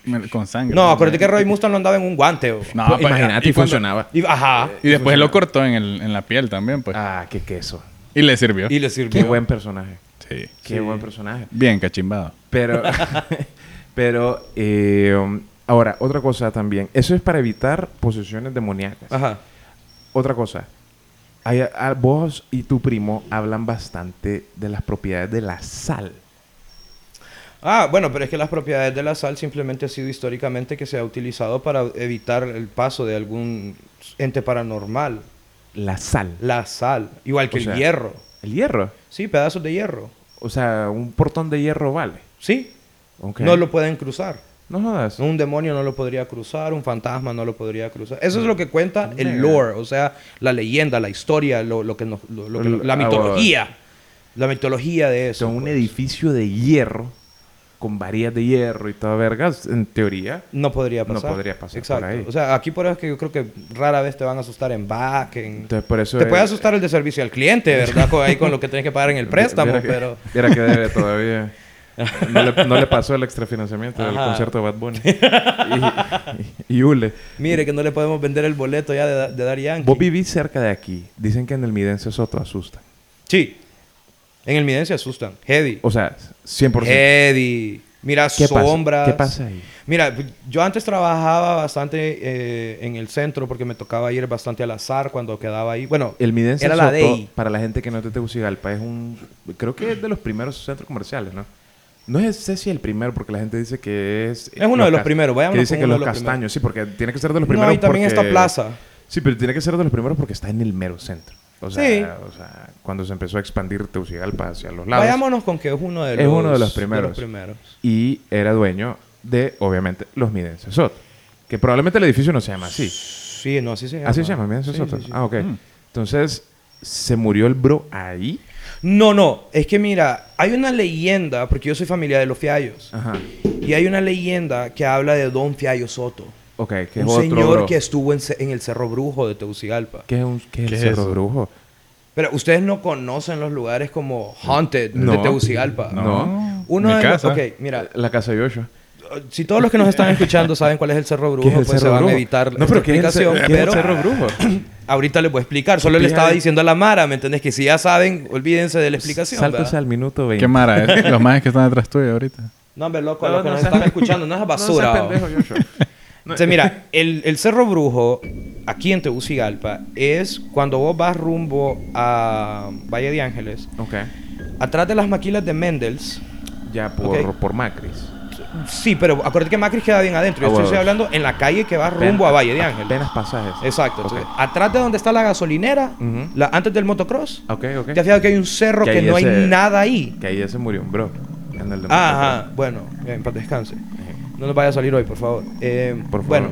Me- Con sangre.
No, acuérdate que Roy Mustang lo andaba en un guante. o-
No,
Pues,
pues,
imagínate, y,
cuando-
funcionaba.
Y, ajá.
Y después lo cortó en, el- en la piel también, pues.
Ah, qué queso.
Y le sirvió.
Y le
Qué
sirvió.
buen personaje.
Sí.
Qué buen personaje.
Bien cachimbado.
Pero, <laughs> pero eh, um, ahora, otra cosa también. Eso es para evitar posesiones demoníacas.
Ajá.
Otra cosa. Hay- a- vos y tu primo hablan bastante de las propiedades de la sal.
Ah, bueno, pero es que las propiedades de la sal simplemente ha sido históricamente que se ha utilizado para evitar el paso de algún ente paranormal.
La sal.
La sal, igual que
O
el
sea-
hierro.
El hierro.
Sí, pedazos de hierro.
O sea, un portón de hierro vale.
Sí,
Ok.
no lo pueden cruzar.
No jodas.
Un demonio no lo podría cruzar, un fantasma no lo podría cruzar. Eso es lo que cuenta el
Verga.
lore, o sea, la leyenda, la historia, lo, lo que nos- lo- lo que-
El-
la
ah, bueno.
mitología. La mitología de
O
eso.
sea, un
pues.
edificio de hierro, con varillas de hierro y toda vergas, en teoría.
No podría
No
pasar.
podría pasar por
Exacto.
ahí.
O sea, aquí por eso es que yo creo que rara vez te van a asustar en back, en...
Entonces, por eso.
Te
es-
puede asustar el de servicio
<laughs>
al cliente, ¿verdad? Con- ahí con lo que tienes que pagar en el préstamo,
Mira que- <laughs>
pero...
Mira que debe
<laughs>
todavía. No le, no le pasó el extrafinanciamiento del
Ajá.
concierto de Bad
<laughs>
Bunny. Y, y, y Ule.
Mire que no le podemos vender el boleto ya de, de Daddy Yankee.
Vos vivís cerca de aquí. Dicen que en el Midense Soto asusta. Oh,
Sí. En el Miden se asustan. Heavy. Eh,
O sea, 100%.
Heavy. Mira
¿Qué pasa?
sombras.
¿Qué pasa ahí?
Mira, yo antes trabajaba bastante eh, en el centro porque me tocaba ir bastante al azar cuando quedaba ahí. Bueno,
El Midense
Era la
Soto,
DEI.
para la gente que no es de Tegucigalpa, es un... Creo que es de los primeros centros comerciales, ¿no? No es- sé si el primero, porque la gente dice que es...
Es uno de los
cas-
primeros, vayámonos
Que dice
con
que
uno
los
de los
castaños, sí, porque tiene que ser de los
No,
primeros
y también
porque-
está Plaza.
Sí, pero tiene que ser de los primeros porque está en el mero centro. O sea,
Sí.
o sea cuando se empezó a expandir Tegucigalpa hacia los lados.
vayámonos con que es uno de
Es
los,
uno de los primeros.
primeros.
Y era dueño de, obviamente, los Midense Soto. Que probablemente el edificio no se llama así.
Sí, no, así se llama.
Ah, Así se llama, Midense
Sí,
Soto.
sí, sí.
Ah, ok.
Mm.
Entonces, ¿se murió el bro ahí?
No, no, es que mira, hay una leyenda, porque yo soy familia de los Fiallos,
Ajá.
y hay una leyenda que habla de Don Fiallo Soto,
Ok, que
un
es otro
señor
bro.
que estuvo en, ce- en el Cerro Brujo de Tegucigalpa.
¿Qué es, un, qué es
¿Qué
el
es
Cerro
eso?
Brujo?
Pero ustedes no conocen los lugares como Haunted de
No.
Tegucigalpa.
No.
Uno
mi
de los-
casa.
ok, mira,
La casa de Yoshua.
si todos los que nos están escuchando saben cuál es el Cerro Brujo,
es el
pues se
Cerro
van a
Brujo?
evitar
No, pero
esta
¿qué es el cer-
explicación,
qué es el
pero-
Cerro Brujo?
Ahorita les voy a explicar. Solo le
Supía
estaba
de-
diciendo a la Mara, ¿me entendés? Que si ya saben, olvídense de <laughs> la explicación. ¿verdad?
Sáltese al minuto 20.
Qué mara,
<laughs>
es- los más que están detrás tuyo ahorita.
No, hombre, loco,
No,
los que
no
nos
seas- <laughs>
están escuchando, no es basura.
No seas
¿o?
pendejo, Yoshua. No,
Entonces, mira, el, el Cerro Brujo, aquí en Tegucigalpa, es cuando vos vas rumbo a Valle de Ángeles,
Ok.
atrás de las maquilas de Mendels.
Ya por,
Ok.
por Macris.
Sí, pero acuérdate que Macris queda bien adentro.
Ah,
Yo estoy,
bueno.
estoy hablando en la calle que va
Pen-
rumbo a Valle de Ángeles.
Apenas pasajes.
Exacto.
Ok.
entonces, atrás de donde está la gasolinera,
Ujú.
la, antes del motocross,
Ok, ok.
te has fijado que hay un cerro
Que
que,
ahí
no
ese-
hay nada ahí.
Que ahí ya se murió un bro. En el de
Ah, Ajá, bueno, en paz descanse. No nos vaya a salir hoy, por favor. Eh,
Por favor.
Bueno,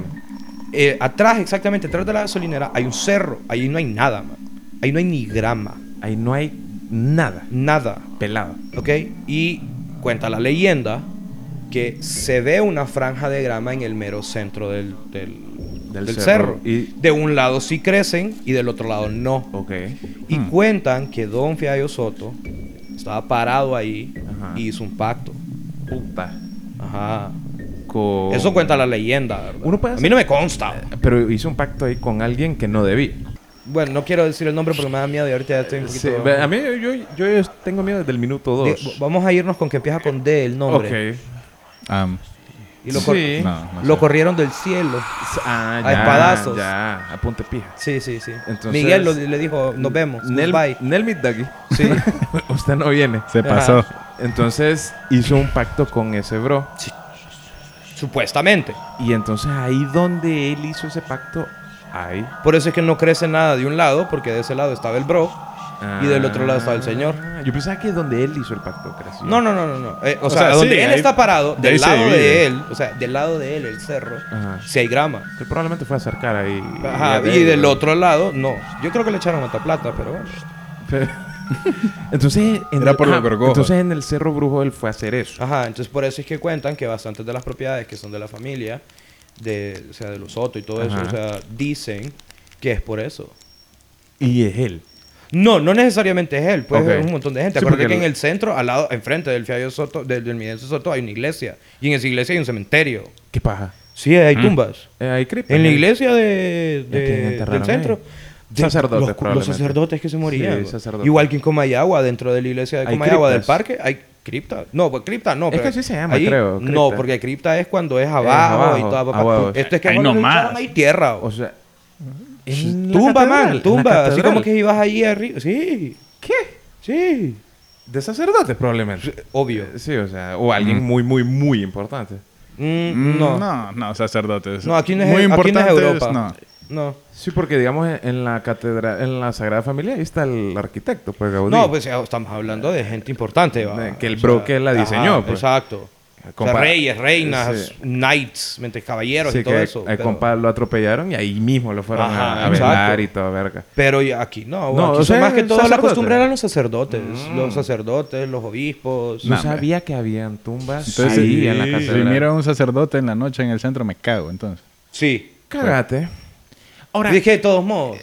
eh, atrás, exactamente, atrás de la gasolinera, hay un cerro. Ahí no hay nada, man. Ahí no hay ni grama.
Eh, Ahí no hay nada
Nada.
pelado.
¿Ok? Y cuenta la leyenda que se ve una franja de grama en el mero centro del, del,
Del
del
cerro.
cerro.
Y-
De un lado sí crecen y del otro lado no.
Ok.
Y
Hmm.
cuentan que Don Fiallo Soto estaba parado ahí
Ajá.
y hizo un pacto.
Puta.
Ajá.
Con...
Eso cuenta la leyenda, ¿verdad?
Uno puede
A
hacer-
mí no me consta.
Pero hizo un pacto ahí con alguien que no debía.
Bueno, no quiero decir el nombre porque me da miedo y ahorita ya estoy un poquito...
Sí, ve, a mí yo, yo, yo tengo miedo desde el minuto
Di-
2.
Vamos a irnos con que empieza con D el nombre.
Ok.
Am.
Y lo, cor-
Sí.
No, no
lo
sé.
corrieron del cielo.
Ah,
A
ya,
espadazos.
Ya, a punta de pija.
Sí, sí, sí.
Entonces-
Miguel lo- le dijo, nos vemos.
Nel,
goodbye".
Nel Mitdagi.
Sí.
<laughs>
<laughs>
Usted no viene.
Se
Ajá.
pasó.
Entonces hizo un pacto con ese bro.
Supuestamente.
Y entonces ahí donde él hizo ese pacto, ahí.
Por eso es que no crece nada de un lado, porque de ese lado estaba el bro. Y del otro lado estaba el señor.
Ah, Yo pensaba que donde él hizo el pacto creció.
No, no, no, no. no. Eh, o,
O
sea,
sea,
donde
sí,
él
ahí-
está parado,
de
del
ahí se
lado de
divide.
él, o sea, del lado de él, el cerro,
Ajá.
si hay grama.
Que probablemente fue a acercar ahí.
Ajá,
a
y
ver,
del
¿no?
otro lado, no. Yo creo que le echaron otra plata, pero bueno.
Pero- <laughs> entonces, en
Era
el-
por los
ajá,
gorgojos.
entonces en el Cerro Brujo él fue a hacer eso.
Ajá, entonces por eso es que cuentan que bastantes de las propiedades que son de la familia, de, o sea, de los Soto y todo
Ajá.
eso, o sea, dicen que es por eso.
Y es él.
No, no necesariamente es él, pues
Ok.
es un montón de gente.
Sí,
Acuérdate
porque
que en
el-
el centro, al lado, enfrente del Fiallo Soto, del, del Midense Soto, hay una iglesia. Y en esa iglesia hay un cementerio. Mm.
¿Qué paja?
Sí, hay tumbas.
Eh, hay creepy.
En la iglesia de,
Ya quieren
de-
enterrar
del
a
centro.
nadie.
de-
Sacerdotes,
los- los,
probablemente.
sacerdotes que se morían.
Sí, sacerdotes.
Igual que en Comayagua, dentro de la iglesia de
Hay
Comayagua del
criptas.
parque, hay cripta. No, pues cripta no.
Es que
pero
así se llama, creo, cripta.
No, porque cripta es cuando es abajo,
abajo,
y toda
a huevos.
Esto este es que
Ahí
cuando
nomás.
lucharon hay tierra. Mm,
O sea, en la
tumba,
catedral, en
man,
la
tumba. Así
catedral.
como que ibas ahí arriba. Sí,
¿Qué?
sí.
De sacerdotes, probablemente.
Obvio.
Eh, Sí, o sea, o alguien muy, muy, muy importante.
Mm, no. no.
no, no, sacerdotes.
aquí no es,
Muy
aquí no es
importantes,
Europa.
no.
No.
Sí, porque digamos en- en la catedral, en la Sagrada Familia, ahí está el arquitecto, pues Gaudí.
No, pues ya estamos hablando de gente importante. va.
De que el
O
bro
sea,
que la diseñó, pues.
Exacto. O sea,
Compa-
reyes, reinas,
Sí.
knights, mente, caballeros
Sí,
y todo
que
eso.
al
pero-
compa lo atropellaron y ahí mismo lo fueron
Ajá,
a, a velar
exacto.
y toda verga.
Pero ya aquí no,
No,
no
o sea,
más que todo la
sacerdote. Mm.
costumbre eran los sacerdotes. Los sacerdotes, los obispos.
No
Nah,
sabía que habían tumbas
Entonces,
ahí
si,
en la
si
catedral.
miro a un sacerdote en la noche en el centro, me cago, entonces.
Sí.
Cagate. pues. Ahora, eh,
Dije, de todos modos,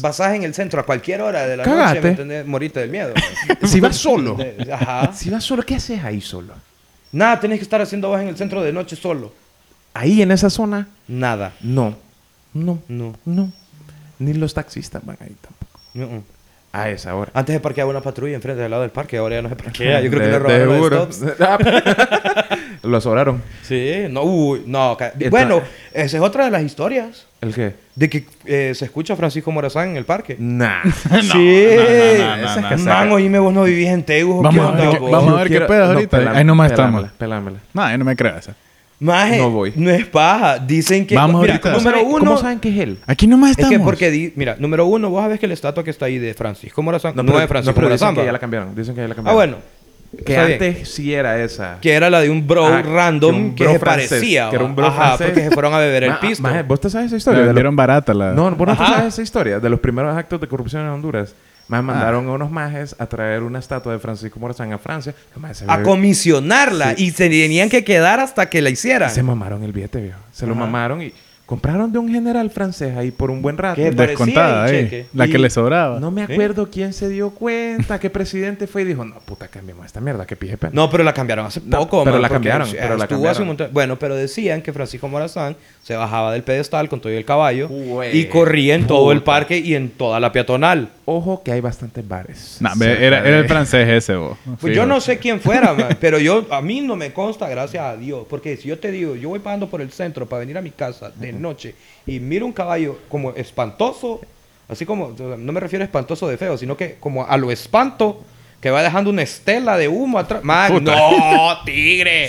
basás en el centro a cualquier hora de la
Cagate.
noche, ¿me entendés? Moriste del miedo.
si vas <laughs> solo,
De- Ajá.
si vas solo, ¿qué haces ahí solo?
Nada, tenés que estar haciendo vos en el centro de noche solo.
Ahí en esa zona,
Nada.
no. No,
No.
no. Ni los taxistas van ahí tampoco.
Mm, mm.
A esa hora.
Antes se parqueaba una patrulla enfrente del lado del parque, ahora ya no se parquea. Yo creo que le
De-
robaron los
seguro. Ah, pues.
stops.
<laughs> Lo sobraron.
Sí, no, uy, no. ca-
Entonces-
bueno, esa es otra de las historias
¿El qué?
de que eh, se escucha a Francisco Morazán en el parque. <laughs>
Nah.
sí,
no, no, no,
Esas
no,
casas-
no.
man, oíme, vos no vivís en Teujo.
Vamos
¿qué
a
onda,
ver qué-
vos?
vamos a ver qué pedo ahorita. Ahí nomás
pelámela,
estamos.
Pelámela.
No, ahí no me creas.
Maje,
No voy.
No es paja. Dicen que.
Vamos
mira,
ahorita.
Número
¿Cómo
uno.
saben que es él?
Aquí nomás
Es
estamos.
que porque, di- mira, número uno, vos sabés que la estatua que está ahí de Francisco Morazán Ah, no, es de Francisco
pero
Morazán.
dicen que
va.
ya la cambiaron. Dicen que ya la
ah,
cambiaron.
bueno.
Que
está bien.
antes sí era esa.
Que era la de un bro
Ah,
random
que
que,
un bro
se
francés,
parecía.
que era un
va.
bro
Ajá,
francés.
porque se fueron a beber el
Ma-
pisto.
maje, ¿Vos te sabes esa
La
historia? De
vendieron barata la...
los- No, vos no te
Ajá.
sabes esa historia. De los primeros actos de corrupción en Honduras.
Ah.
Más mandaron a unos majes a traer una estatua de Francisco Morazán a Francia. Los majes se
a
ve-
comisionarla y se tenían que quedar hasta que la hicieran.
Se mamaron el billete, viejo. Se lo mamaron y compraron de un general francés ahí por un buen rato.
¿Qué?
Descontada,
parecía el
ahí.
cheque.
La
Y
que le sobraba.
No me
Sí.
acuerdo quién se dio cuenta, qué presidente fue y dijo, no, puta, cambiemos esta mierda, que pije pena.
No, pero la cambiaron hace
No,
poco.
pero
man,
la
porque,
cambiaron,
eh,
pero la
estuvo hace
cambiaron.
un montón- Bueno, pero decían que Francisco Morazán se bajaba del pedestal con todo y el caballo
Jue-
y corría en todo el
puta.
parque y en toda la peatonal.
Ojo que hay bastantes bares.
Nah, ve,
cerca
era, era el
de-
francés ese, vos.
Pues yo no sé quién fuera, man, pero yo a mí no me consta, gracias a Dios, porque si yo te digo, yo voy pagando por el centro para venir a mi casa de noche y miro un caballo como espantoso, así como o sea, no me refiero a espantoso de feo, sino que como a lo espanto que va dejando una estela de humo atrás. Man,
Puta.
no, tigre.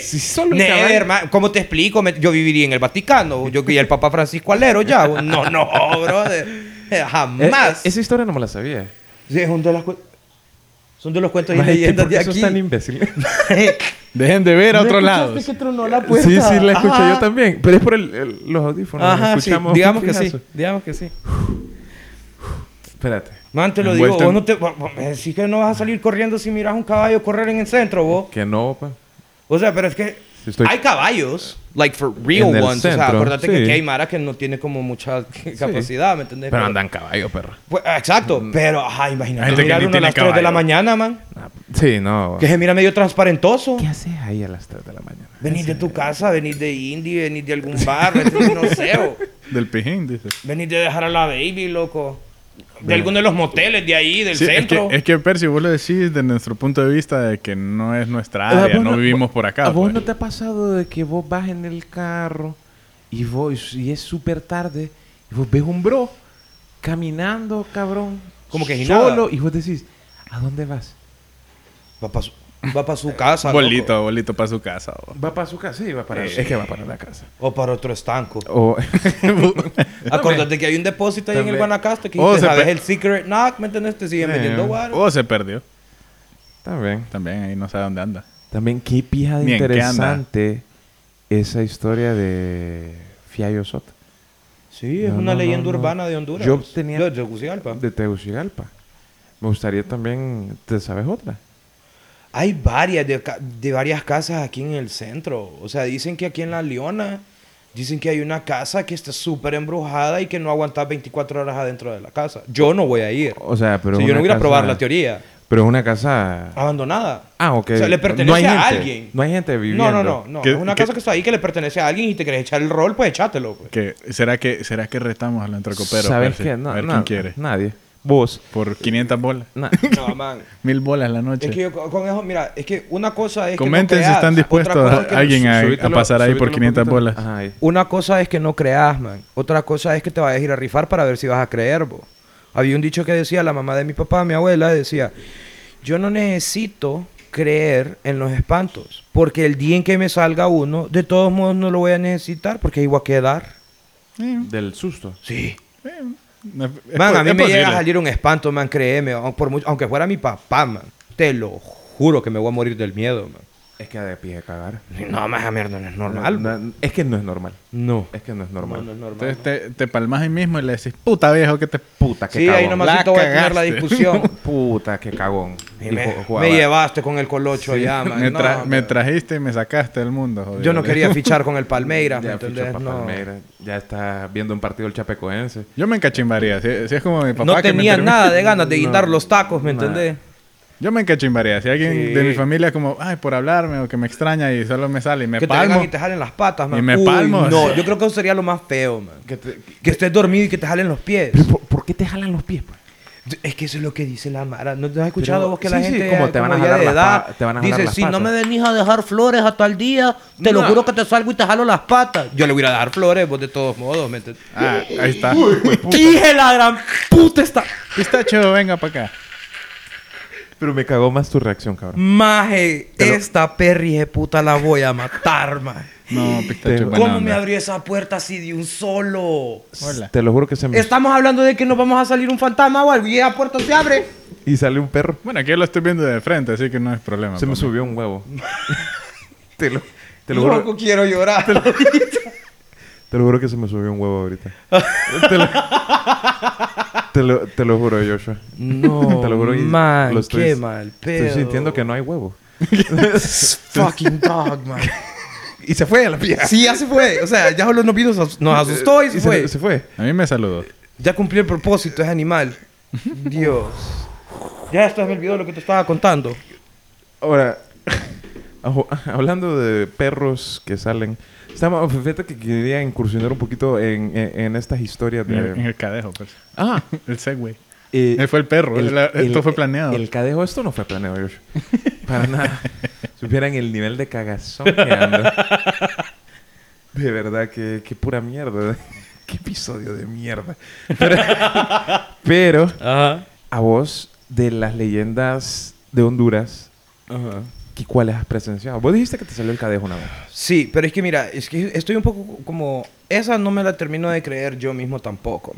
<laughs> Si solo el caballo-
Never, man. ¿Cómo te explico? Me- yo viviría en el Vaticano, yo y el Papa Francisco Alero ya. No, no, brother.
Eh,
Jamás.
eh, esa historia no me la sabía.
Sí, es un de las cu- son de los cuentos y
Maje, ¿qué-
leyendas
por
de
qué sos
aquí.
tan
<laughs>
imbécil?
Dejen de ver a otro lado.
<laughs> Sí, sí, la escuché yo también. Pero es por el- el- los audífonos.
Ajá, sí.
escuchamos
Digamos que sí.
fijazo.
Digamos que sí.
Espérate.
Man, te lo digo,
Envuelto
vos
en-
no te. vos- vos Me decís que no vas a salir corriendo si miras un caballo correr en el centro, vos.
Que no,
Eh,
pa.
O sea, pero es que.
Si estoy-
Hay caballos, like for real
En el
ones. O sea,
centro,
acordate que
sí.
aquí hay Mara que no tiene como mucha capacidad, ¿me entendés?
Pero andan caballo, perro.
Pues, ah, exacto, pero, ajá, imagínate.
Gente que
mirar
ni
uno a
tiene
las 3 de la
caballo.
mañana, man.
Ah, Sí, no.
Que se mira medio transparentoso.
¿Qué haces ahí a las 3 de la mañana?
Venís de tu casa, venís de indie, venís de algún bar, venís, no sé, o-
Del pijín, dice.
venís de dejar a la baby, loco. De alguno de los moteles de ahí, del
Sí, es,
centro.
que, es que, Percy, vos lo decís desde nuestro punto de vista de que no es nuestra
Ah,
área,
vos
no, vivimos por acá.
¿A vos
pues.
no te ha pasado de que vos vas en el carro y, vos, y es súper tarde y vos ves un bro caminando, cabrón?
Como que si
solo
nada.
y vos decís, ¿a dónde vas?
Va
<laughs>
para su, va pa' su casa. loco.
Bolito, bolito para su casa. vos.
¿Va para su casa? Sí, va para...
Eh.
Es que va para la casa.
O para otro estanco.
<laughs>
<laughs> O...
Acordate que hay un depósito ahí en el
También.
Guanacaste que
Oh,
te
se
sabes
pe- eh. Oh.
el secret knock, ¿me entendés? Te siguen
Sí.
metiendo guaro.
O se perdió.
También.
También ahí no sabe dónde anda.
También qué pija de
Ni en qué anda.
interesante esa historia de Fiallo Sota.
Sí, es
No,
una
no,
leyenda
no, no.
urbana de Honduras.
Yo tenía-
De Tegucigalpa.
de Tegucigalpa. Me gustaría también... ¿Te sabes otra?
Hay varias de, ca- de varias casas aquí en el centro. O sea, dicen que aquí en La Leona, dicen que hay una casa que está súper embrujada y que no aguantas 24 horas adentro de la casa. Yo no voy a ir.
Oh,
O sea, pero...
si yo
una
no voy a ir a probar
casa-
la teoría.
Pero es una casa...
Abandonada.
Ah, ok.
O sea, le
No
pertenece
hay
a
gente.
alguien.
No hay gente viviendo.
No, no, no. no.
¿Qué-
es una
qué-
casa que está ahí que le pertenece a alguien y te querés echar el rol, pues échatelo.
<laughs>
Pues.
Que, ¿será, que, ¿Será que retamos al entrecopero?
¿Sabes
Percy?
qué? No,
a ver
no,
quién quiere.
Nadie. Vos.
Por 500 bolas. <laughs>
na-
No, man.
Mil bolas la noche.
Es que yo co- con eso, mira, es que una cosa es
Comenten
que.
si
no creas,
están
otra
dispuestos
cosa
a-
es que-
alguien a, a
Subítelo-
pasar ahí por
subítelo
500
poquito.
bolas.
Ajá, ahí.
Una cosa es que no creas, man. Otra cosa es que te vayas a ir a rifar para ver si vas a creer, bo. Había un dicho que decía la mamá de mi papá, mi abuela, decía, yo no necesito creer en los espantos, porque el día en que me salga uno, de todos modos no lo voy a necesitar, porque ahí voy a quedar. Mm.
Eh,
Del susto.
Sí.
eh, no es- es
Man,
po-
a mí
es
me
posible.
llega a salir un espanto, man, créeme, aun- por mucho- aunque fuera mi papá, man. Te lo juro que me voy a morir del miedo, man.
Es que de pie cagar.
No, más a mierda, no es normal.
No, no, es que no es normal.
No.
Es que no es normal.
No, no es normal.
Entonces te, te palmas ahí mismo y le decís, puta viejo, que te puta.
que
Sí, ahí
cagón.
nomás
La
voy a tener la
cagaste. <laughs>
discusión.
<laughs> Puta, qué cagón.
Y
Y
me,
ju- jugaba-
me llevaste con el
<laughs>
colocho ya, man.
me,
No,
tra- me
hombre.
trajiste y me sacaste del mundo. joder. <laughs>
Yo no quería fichar con el
Ya
Palmeiras, ¿me
fichó
entendés?
pa'
No.
Palmeiras. Ya está viendo un partido el Chapecoense.
Yo me encachimbaría. Si, si es como mi papá.
No
que me
tenía
termi-
nada de ganas de guindar los tacos, ¿me
Nada.
entendés?
<laughs> Yo me encachimbaría. Si alguien
Sí.
de mi familia como, ay, por hablarme o que me extraña y solo me sale y me
Que te
palmo.
vengan y te jalen las patas, man.
Y me
Uy,
palmo.
No, yo creo que eso sería lo más feo, man.
Que te-
Que estés dormido y que te jalen los pies.
Pero, ¿por, por qué te jalan los pies? pues?
Es que eso es lo que dice la Mara. ¿No te has escuchado
Pero-
vos que
sí,
la
sí,
gente
como
ya-
te van a
como ya
jalar
de
las
edad
pa- te van a jalar
dice,
las
si no
patas"?
me venís a dejar flores hasta el día, te lo
No.
juro que te salgo y te jalo las patas. Yo le voy a ir a dar flores, vos de todos modos, ¿me entiendes?
Ah, ahí está.
Dije la gran puta esta.
Pistacho, venga para acá.
Pero me cagó más tu reacción, cabrón.
Maje, esta perri de puta la voy a matar, maje.
No,
Te-
Pistacho, buena
¿Cómo
onda.
me abrió esa puerta así de un solo?
Hola.
Te lo juro que se me...
Estamos hablando de que nos vamos a salir un fantasma o algo y esa puerta se abre.
Y sale un perro.
Bueno, aquí lo estoy viendo de frente, así que no es problema.
Se me
para mí.
subió un
<laughs>
huevo. te, lo, te, lo
Loco,
juro,
quiero llorar. <laughs>
<laughs> te lo juro que se me subió un huevo ahorita. te, lo, te, lo, te lo juro, Joshua.
No,
te lo juro. y
man,
lo estoy-
qué mal
Estoy
pedo.
sintiendo que no hay huevo.
Fucking dog, man.
Y se <laughs> fue a la pija.
<laughs> Sí, ya se fue. O sea, ya solo nos vino, nos nos asustó Eh, y se fue.
Se fue.
A mí me saludó.
Ya cumplió el propósito, es animal. Dios. Ya esto me olvidó lo que te estaba contando.
Ahora, <laughs> ajo- <laughs> hablando de perros que salen, estamos, fíjate que quería incursionar un poquito en, en- en estas historias
En el, en
de...
el cadejo, pues. <laughs>
Ah,
El Segway.
eh,
Eh, fue el perro.
el-
la-
el-
esto fue planeado.
El cadejo, esto no fue planeado,
<laughs>
Josh. Para nada. Supieran el nivel de cagazón que
<laughs>
anda. De verdad, que, que pura mierda. <laughs> Qué episodio de mierda. Pero, <laughs> pero,
Ajá.
a vos, de las leyendas de Honduras,
Ajá.
¿qué- ¿cuáles has presenciado? Vos dijiste que te salió el cadejo una vez.
Sí, pero es que mira, es que estoy un poco como... Esa no me la termino de creer yo mismo tampoco.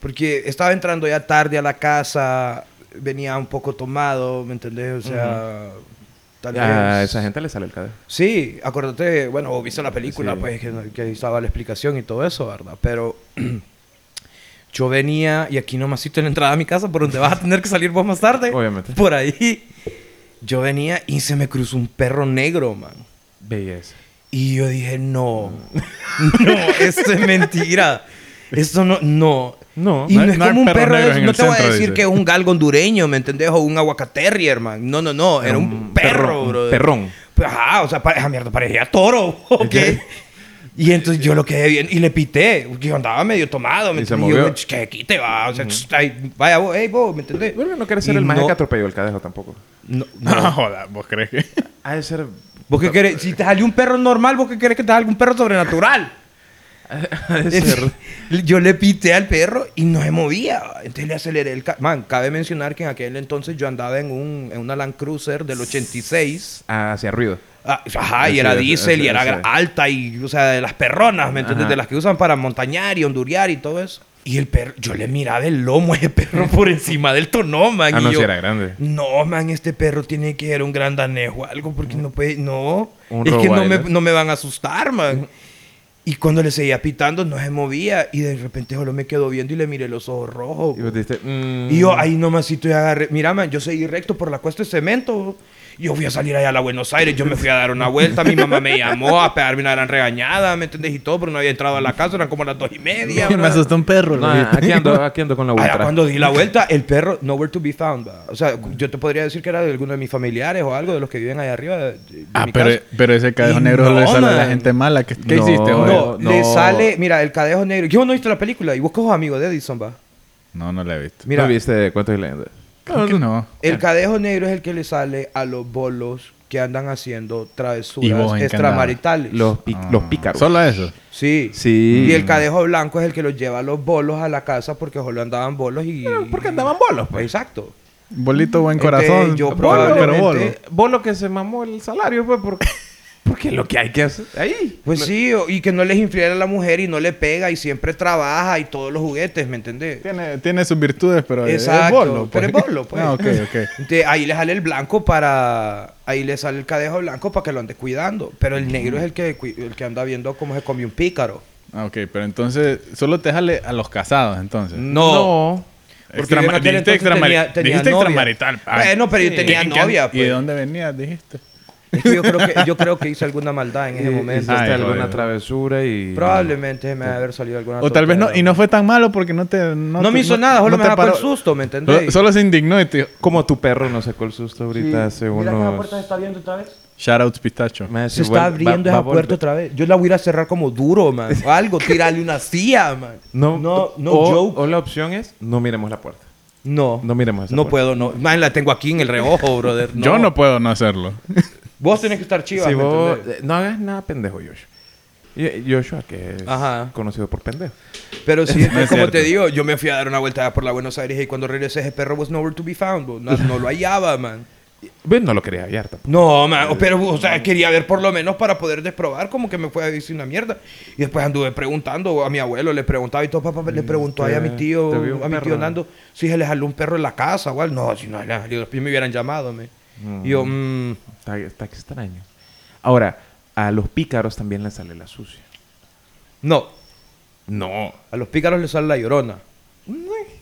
Porque estaba entrando ya tarde a la casa, venía un poco tomado, ¿me entendés? O sea, tal vez...
A Ah, esa gente le sale el cadejo.
Sí, acuérdate, bueno, o viste la película,
Sí.
pues, que, que ahí estaba la explicación y todo eso, ¿verdad? Pero <clears throat> yo venía, y aquí nomás cito en la entrada a mi casa, por donde vas a tener que salir vos más tarde.
Obviamente.
Por ahí. Yo venía y se me cruzó un perro negro, man.
Belleza.
Y yo dije,
<laughs>
no, no, esto es mentira. Esto no, no.
No,
y
no
no,
hay-
es
no hay
como un
perros
perro, de
negros
esos,
en
no
el
te voy a
centro,
decir
dice.
que es un galgo hondureño, ¿me entendés? O un aguacaterrier, man. No, no, no, era un perro, bro.
Perrón.
Pues, Ajá, o sea, pare- esa mierda parecía toro, <laughs> ¿ok? Y entonces yo lo quedé bien y le pité. Yo andaba medio tomado, ¿me
Y se
entendés? Y yo,
movió.
"Ch, que quite, va. O sea, ch, ay, vaya vos, hey, vos, ¿me entendés?
Eh, Bueno, no quieres
Y
ser el maje
no-
que atropelló el cadejo tampoco.
No,
<laughs> No,
no.
joda, ¿vos crees que?
Ha de ser...
¿Vos qué querés? Si te salió un perro normal, ¿vos qué querés que te salga un
<laughs>
perro sobrenatural?
<laughs> Ha de ser...
<laughs> yo le pité al perro y no se movía. Entonces le aceleré el... ca- Man, cabe mencionar que en aquel entonces yo andaba en, un, en una Land Cruiser del 86.
Ah, Hacia ruido.
Ah, Ajá, y
Así
era
es,
diésel y
así
era
es.
gra- alta y, o sea, de las perronas, ¿me entiendes?
Ajá.
De las que usan para montañar y hondurear y todo eso. Y el perro, yo le miraba el lomo a ese perro <laughs> por encima del tonón, man.
Ah,
y
no,
yo,
sí era grande.
No, man, este perro tiene que ser un gran danés o algo, porque no puede, no.
Un
es que no me,
Rottweiler.
no me van a asustar, man. Y cuando le seguía pitando, no se movía. Y de repente solo me quedó viendo y le miré los ojos rojos.
Y vos dijiste... mm,
Y yo ahí nomasito y agarré. Mira, man, yo seguí recto por la cuesta de cemento. Yo fui a salir allá a la Buenos Aires, yo me fui a dar una vuelta, mi mamá me llamó a pegarme una gran regañada, ¿me entendés? Y todo, pero no había entrado a la casa, eran como las dos y media.
me
¿verdad?
asustó un perro.
No,
lo que-
Ah, aquí <laughs> ando, aquí ando con
<laughs>
la
Allá
ultra.
cuando di la vuelta, el perro, nowhere to be found. ¿verdad? O sea, yo te podría decir que era de alguno de mis familiares o algo, de los que viven allá arriba. de- de
Ah,
mi
pero,
casa.
pero ese cadejo
Y
negro
no,
le sale a la
man.
gente mala. ¿Qué, qué
No,
hiciste,
No,
joder?
no.
le sale, mira, el cadejo negro. Yo no he visto la película y vos que sos amigo de Edison, va.
No, no la he visto.
Mira,
¿No viste cuántos y leyendas?
Creo que no.
El cadejo negro es el que le sale a los bolos que andan haciendo
Y vos
travesuras
en
extramaritales.
Los, pi-
Ah.
los pícaros.
Solo eso.
Sí.
Sí.
Y el cadejo blanco es el que los lleva a los bolos a la casa porque solo andaban bolos y...
Porque andaban bolos, pues.
Exacto.
Bolito buen
Este,
corazón.
yo
bolo,
probablemente-
pero bolo.
Bolo que se mamó el salario, pues, porque... Porque lo que hay que hacer... Ahí.
Pues sí, o- y que no les infiere a la mujer y no le pega y siempre trabaja y todos los juguetes, ¿me entendés?
Tiene, tiene sus virtudes, pero es- es
Exacto,
bolo. pues.
pero es bolo, pues.
<laughs> Ah, ok, ok.
<laughs> Entonces, ahí le sale el blanco para... Ahí le sale el cadejo blanco para que lo ande cuidando. Pero el negro es el que, cui- el que anda viendo cómo se come un pícaro.
Ah, ok, pero entonces solo te jale a los casados, entonces.
No.
Mm, Porque yo en
Extrama-
aquel
dijiste
entonces
extramari-
tenía- tenía
dijiste
novia.
extramarital. Ah,
Bueno, pero yo
¿y
tenía
en qué-
novia,
¿Y de
pues.
dónde venías? Dijiste.
Es que <laughs> yo creo que, yo creo que hice alguna maldad en ese momento.
Ay,
Hiciste
joder.
alguna travesura y...
Probablemente me debe haber salido alguna
O tal vez no,
tontera.
y no fue tan malo porque no te. No,
Ah, No,
te-
me hizo nada, solo
no
me
te
sacó
paró-
el susto, ¿me
Solo-
entendés?
Solo se indignó y te dijo:
Como tu perro nos sacó el susto ahorita hace
Mira que esa
unos...
puerta se está abriendo otra vez.
Shoutouts pistacho.
Me va a
Se
decir,
está
"Vuel- va-
abriendo
va a
esa puerta
volver".
otra vez. Yo la voy a ir a cerrar como duro,
<laughs>
man. O algo, tirarle una silla, man.
No,
no, no
o,
joke.
o la opción es, no miremos la puerta.
No.
No miremos esa
No
parte.
puedo, no. Más la tengo aquí en el reojo, brother.
Yo no puedo no hacerlo. <laughs>
Vos tenés que estar chivas,
Si
¿me
vos-
entendés?
eh, no hagas nada pendejo, Joshua. Y- Joshua, que es
Ajá.
conocido por pendejo.
Pero
<laughs>
sí,
No es
como te
cierto.
digo, yo me fui a dar una vuelta por la Buenos Aires y cuando regresé ese perro was nowhere to be found. bo. No, no lo hallaba, man.
Ven, no lo quería hallar tampoco.
No, man. o- Pero, o sea, quería ver por lo menos para poder desprobar como que me fue a decir una mierda. Y después anduve preguntando o a mi abuelo, le preguntaba y todo, papá le preguntó ahí a mi
Mm, te-
tío,
te vio un
a mi tío
perro.
Nando, si se le jaló un perro en la casa o algo. No, si no, no, yo- me hubieran llamado, me. Y yo, mm,
Está, está extraño. Ahora, a los pícaros también les sale la sucia.
no.
No.
A los pícaros les sale la llorona.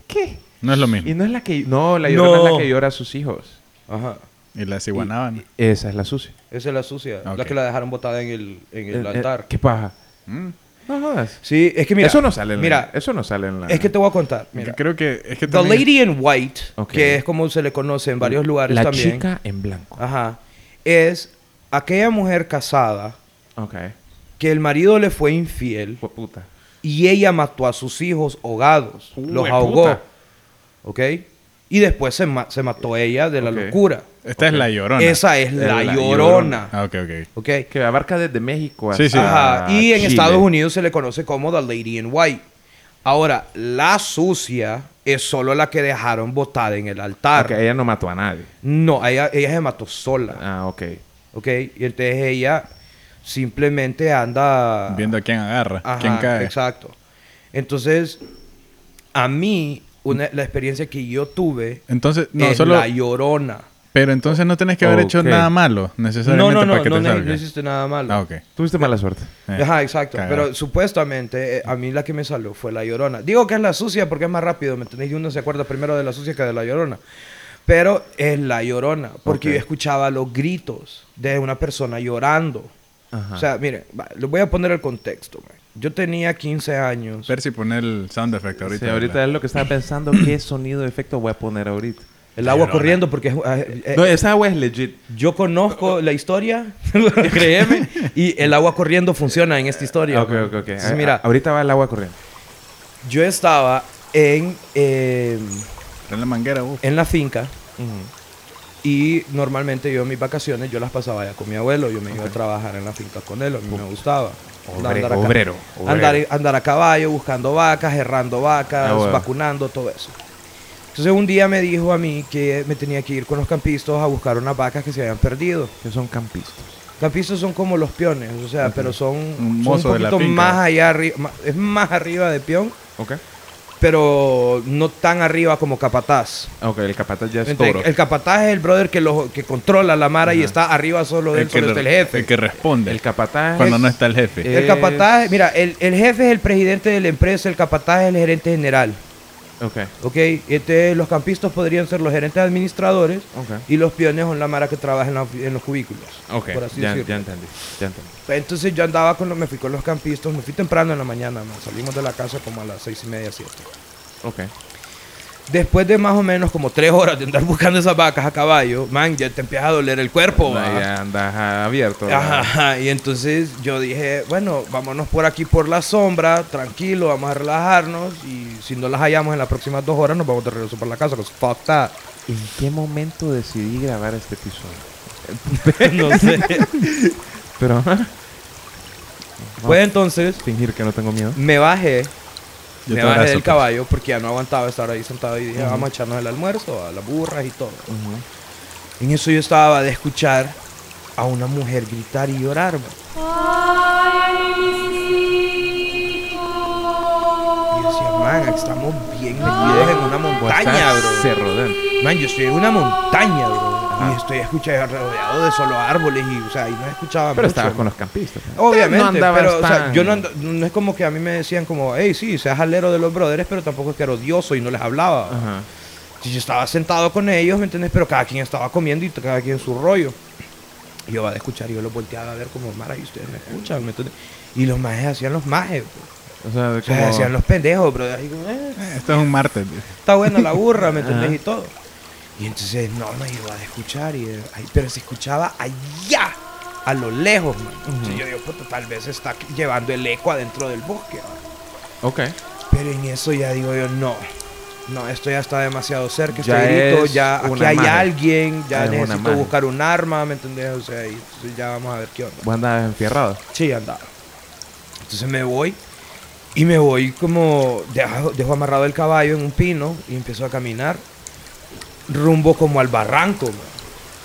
¿Qué?
No es lo mismo.
Y no es la que... No, la llorona
No.
es la que llora a sus hijos.
Ajá.
Y la ciguanaban.
Esa es la sucia.
Esa es la sucia, la
Ok.
que la dejaron botada en el, en el
Eh, eh,
altar.
¿Qué paja?
Mm.
No jodas.
Sí, es que mira.
eso no sale en la...
Mira,
eso no sale en la...
es que te voy a contar. Mira.
Creo que es que
The
también-
Lady in White,
Ok.
que es como se le conoce en varios lugares
La
también. Ah.
chica en blanco.
Ajá. Es aquella mujer casada
Ok.
que el marido le fue infiel
Fue puta.
y ella mató a sus hijos ahogados. los
Hue
ahogó.
puta.
¿Ok? Y después se, ma- se mató ella de la
Ok.
locura.
Esta es la llorona.
Esa es la,
La
llorona.
Ah, ok, ok.
¿Ok?
Que abarca desde México hasta
Sí, Ah, sí.
Ajá. Y en
Chile.
Estados Unidos se le conoce como The Lady in White. Ahora, la sucia es solo la que dejaron botada en el altar.
Ok, ella no mató a nadie.
No, ella, ella se mató sola.
Ah, ok.
¿Ok? Y entonces ella simplemente anda...
Viendo a quién agarra,
Ah. Ajá,
quién cae.
Exacto. Entonces, a mí, una- la experiencia que yo tuve
Entonces, no,
es
solo...
la llorona.
Pero entonces no tenés que haber hecho
Ok.
nada malo,
No,
necesariamente,
no, no,
para que
no,
te
no,
salga.
no hiciste nada malo.
Ah, ok.
Tuviste mala suerte.
Eh,
Ajá, exacto.
cagada.
Pero supuestamente eh, a mí la que me salió fue la llorona. Digo que es la sucia porque es más rápido, ¿me entendéis? Y uno se acuerda primero de la sucia que de la llorona. Pero es la llorona, porque
Ok.
yo escuchaba los gritos de una persona llorando.
Ajá.
O sea, mire, va, les voy a poner el contexto. man. Yo tenía 15 años.
Percy, pon el sound effect ahorita.
Sí, ahorita es lo que estaba pensando. ¿Qué sonido de efecto voy a poner ahorita?
el agua corriendo porque es- eh, eh,
No, esa agua es legit.
yo conozco la historia, <laughs> créeme, y el agua corriendo funciona en esta historia.
Ok,
man.
ok, ok.
Entonces,
A-
eh, mira,
a- ahorita va el agua corriendo.
yo estaba en, em,
En la manguera, uh.
en la finca y normalmente yo mis vacaciones yo las pasaba ya con mi abuelo, yo me iba a trabajar en la finca con él, a mí me gustaba.
Obre-
a ca-
obrero, obrero.
Andar, andar a caballo, buscando vacas, errando vacas,
Ah, bueno.
vacunando, todo eso. Entonces un día me dijo a mí que me tenía que ir con los campistas a buscar unas vacas que se habían perdido.
Que son campistas.
Campistas son como los peones, o sea, pero son, son
mozo de
un
la
poquito
finca.
más allá arriba, es más arriba de peón,
Ok.
pero no tan arriba como capataz.
Ok, el capataz ya es
Entonces,
toro.
El capataz es el brother que, lo, que controla la mara y está arriba solo de él, solo está el jefe.
el que responde
El capataz.
cuando no está el jefe.
Eh,
El capataz, mira, el, el jefe es el presidente de la empresa, el capataz es el gerente general,
Ok,
¿ok? Entonces, los campistas podrían ser los gerentes administradores
ok.
y los peones son la mara que trabaja en, la- en los cubículos,
Ok,
por así
ya,
decirlo.
ya entendí. Ya entendí.
Entonces, yo andaba con los, me fui con los campistas, me fui temprano en la mañana, man, salimos de la casa como a las seis y media, siete.
Ok.
Después de más o menos como tres horas de andar <laughs> buscando esas vacas a caballo, man, ya te empieza a doler el cuerpo,
Ahí
va.
ya andas abierto.
Ajá, ajá, y entonces yo dije, bueno, vámonos por aquí por la sombra, tranquilo, vamos a relajarnos y si no las hallamos en las próximas dos horas nos vamos de regreso para la casa, pues fuck that.
¿En qué momento decidí grabar este episodio?
no sé.
Pero, <laughs> ajá,
Pues entonces
fingir que no tengo miedo.
me bajé,
Yo
me
te
bajé
abrazo,
del
pues.
caballo porque ya no aguantaba estar ahí sentado y dije, vamos a echarnos el almuerzo, a las burras y todo. En eso yo estaba de escuchar a una mujer gritar y llorar, man. Y yo decía, man, estamos bien metidos en una montaña,
Guasán,
bro.
Cerro Dante.
Man, yo estoy en una montaña, bro.
Ah.
Y estoy escuchando rodeado de solo árboles y, o sea, y no escuchaba
Pero
mucho,
estabas
man.
con los campistas. ¿no? No
Obviamente,
andabas
pero o sea,
tan-
yo no, ando- no es como que a mí me decían como, hey, sí, seas alero de los brothers, pero tampoco es que era odioso y no les hablaba.
Ajá.
Si yo estaba sentado con ellos, ¿me entiendes? Pero cada quien estaba comiendo y cada quien su rollo. Y yo iba a escuchar y yo los volteaba a ver como, Mara, y ustedes me escuchan, ¿me entiendes? Y los majes hacían los majes, bro.
O sea,
O sea,
como-
hacían los pendejos, bro. Así como, "Eh,
Eh, Esto es un martes. tío.
está buena la burra, ¿me
Ajá.
entendés? Y todo. Y entonces, no, no iba a escuchar, y, eh, ay, pero se escuchaba allá, a lo lejos, man. Entonces yo digo, puta, tal vez está aquí llevando el eco adentro del bosque. man".
Ok.
Pero en eso ya digo yo, no, no, esto ya está demasiado cerca,
Ya
este grito,
es
ya aquí
una
hay
magia.
alguien, ya
Es una
necesito
magia.
buscar un arma, ¿me entendés? O sea, y entonces ya vamos a ver qué onda.
Vos andabas enfierrado.
Sí, andaba. Entonces me voy y me voy como, dejo, dejo amarrado el caballo en un pino y empiezo a caminar rumbo como al barranco, man.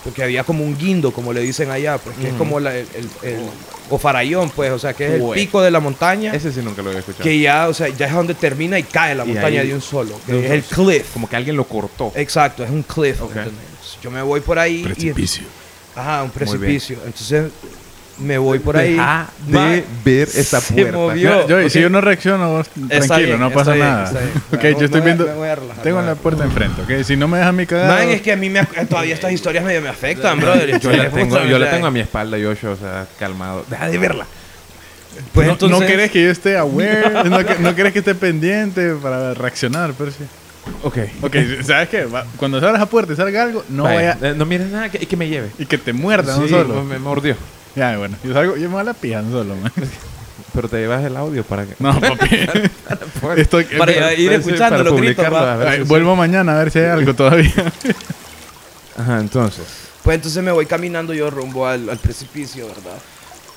porque había como un guindo, como le dicen allá, pues que es como la- el, el- el- o farallón, pues, o sea, que es el
Ué.
pico de la montaña,
Ese sí nunca lo había escuchado.
que ya, o sea, ya es donde termina y cae la
Y
montaña
ahí-
de un solo, que
de un
es el
solo.
cliff.
Como que alguien lo
Eh,
cortó.
Exacto, es un cliff. ¿me
Ok.
entendés? Yo me voy por ahí
Precipicio.
y... Ajá, un
bien.
precipicio. Entonces me voy por ahí.
Deja
Ma-
de ver esa
se
puerta.
movió.
Yo, yo-
ok.
Si yo no reacciono, vos
Está
tranquilo,
bien,
no
está
pasa
bien,
nada.
está bien.
Ok,
Me voy-
yo estoy
me voy-
viendo.
me voy a relajar,
Tengo
me voy
la
a
puerta enfrente, ok. Si no me dejan mi cagada.
Man, es que a mí me, todavía estas historias medio me afectan, brother.
Yo la tengo, yo la tengo a
mí.
mi espalda, Yoshio, o sea, calmado. Deja de verla.
Pues
no,
entonces,
no querés que yo esté
<laughs>
aware, no, que- no querés que esté pendiente para reaccionar, pero sí.
Ok.
Ok, ¿sabes qué? Va- Cuando se abra la puerta y salga algo, no
Vaya,
vaya.
eh, no mires nada que, que me lleve.
Y que te muerda, no
Sí,
solo.
Me, me mordió.
Ya, bueno. Yo salgo, yo me voy a la pija, no solo, man.
Pero te llevas el audio para que. <laughs>
No, papi. Estoy.
<laughs> Para
eh,
ir
sí,
escuchando
para
los gritos,
publicarlo,
va.
a ver
ay,
si-
vuelvo mañana a ver si hay algo todavía.
Ajá, entonces.
pues entonces me voy caminando yo rumbo al, al precipicio, ¿verdad?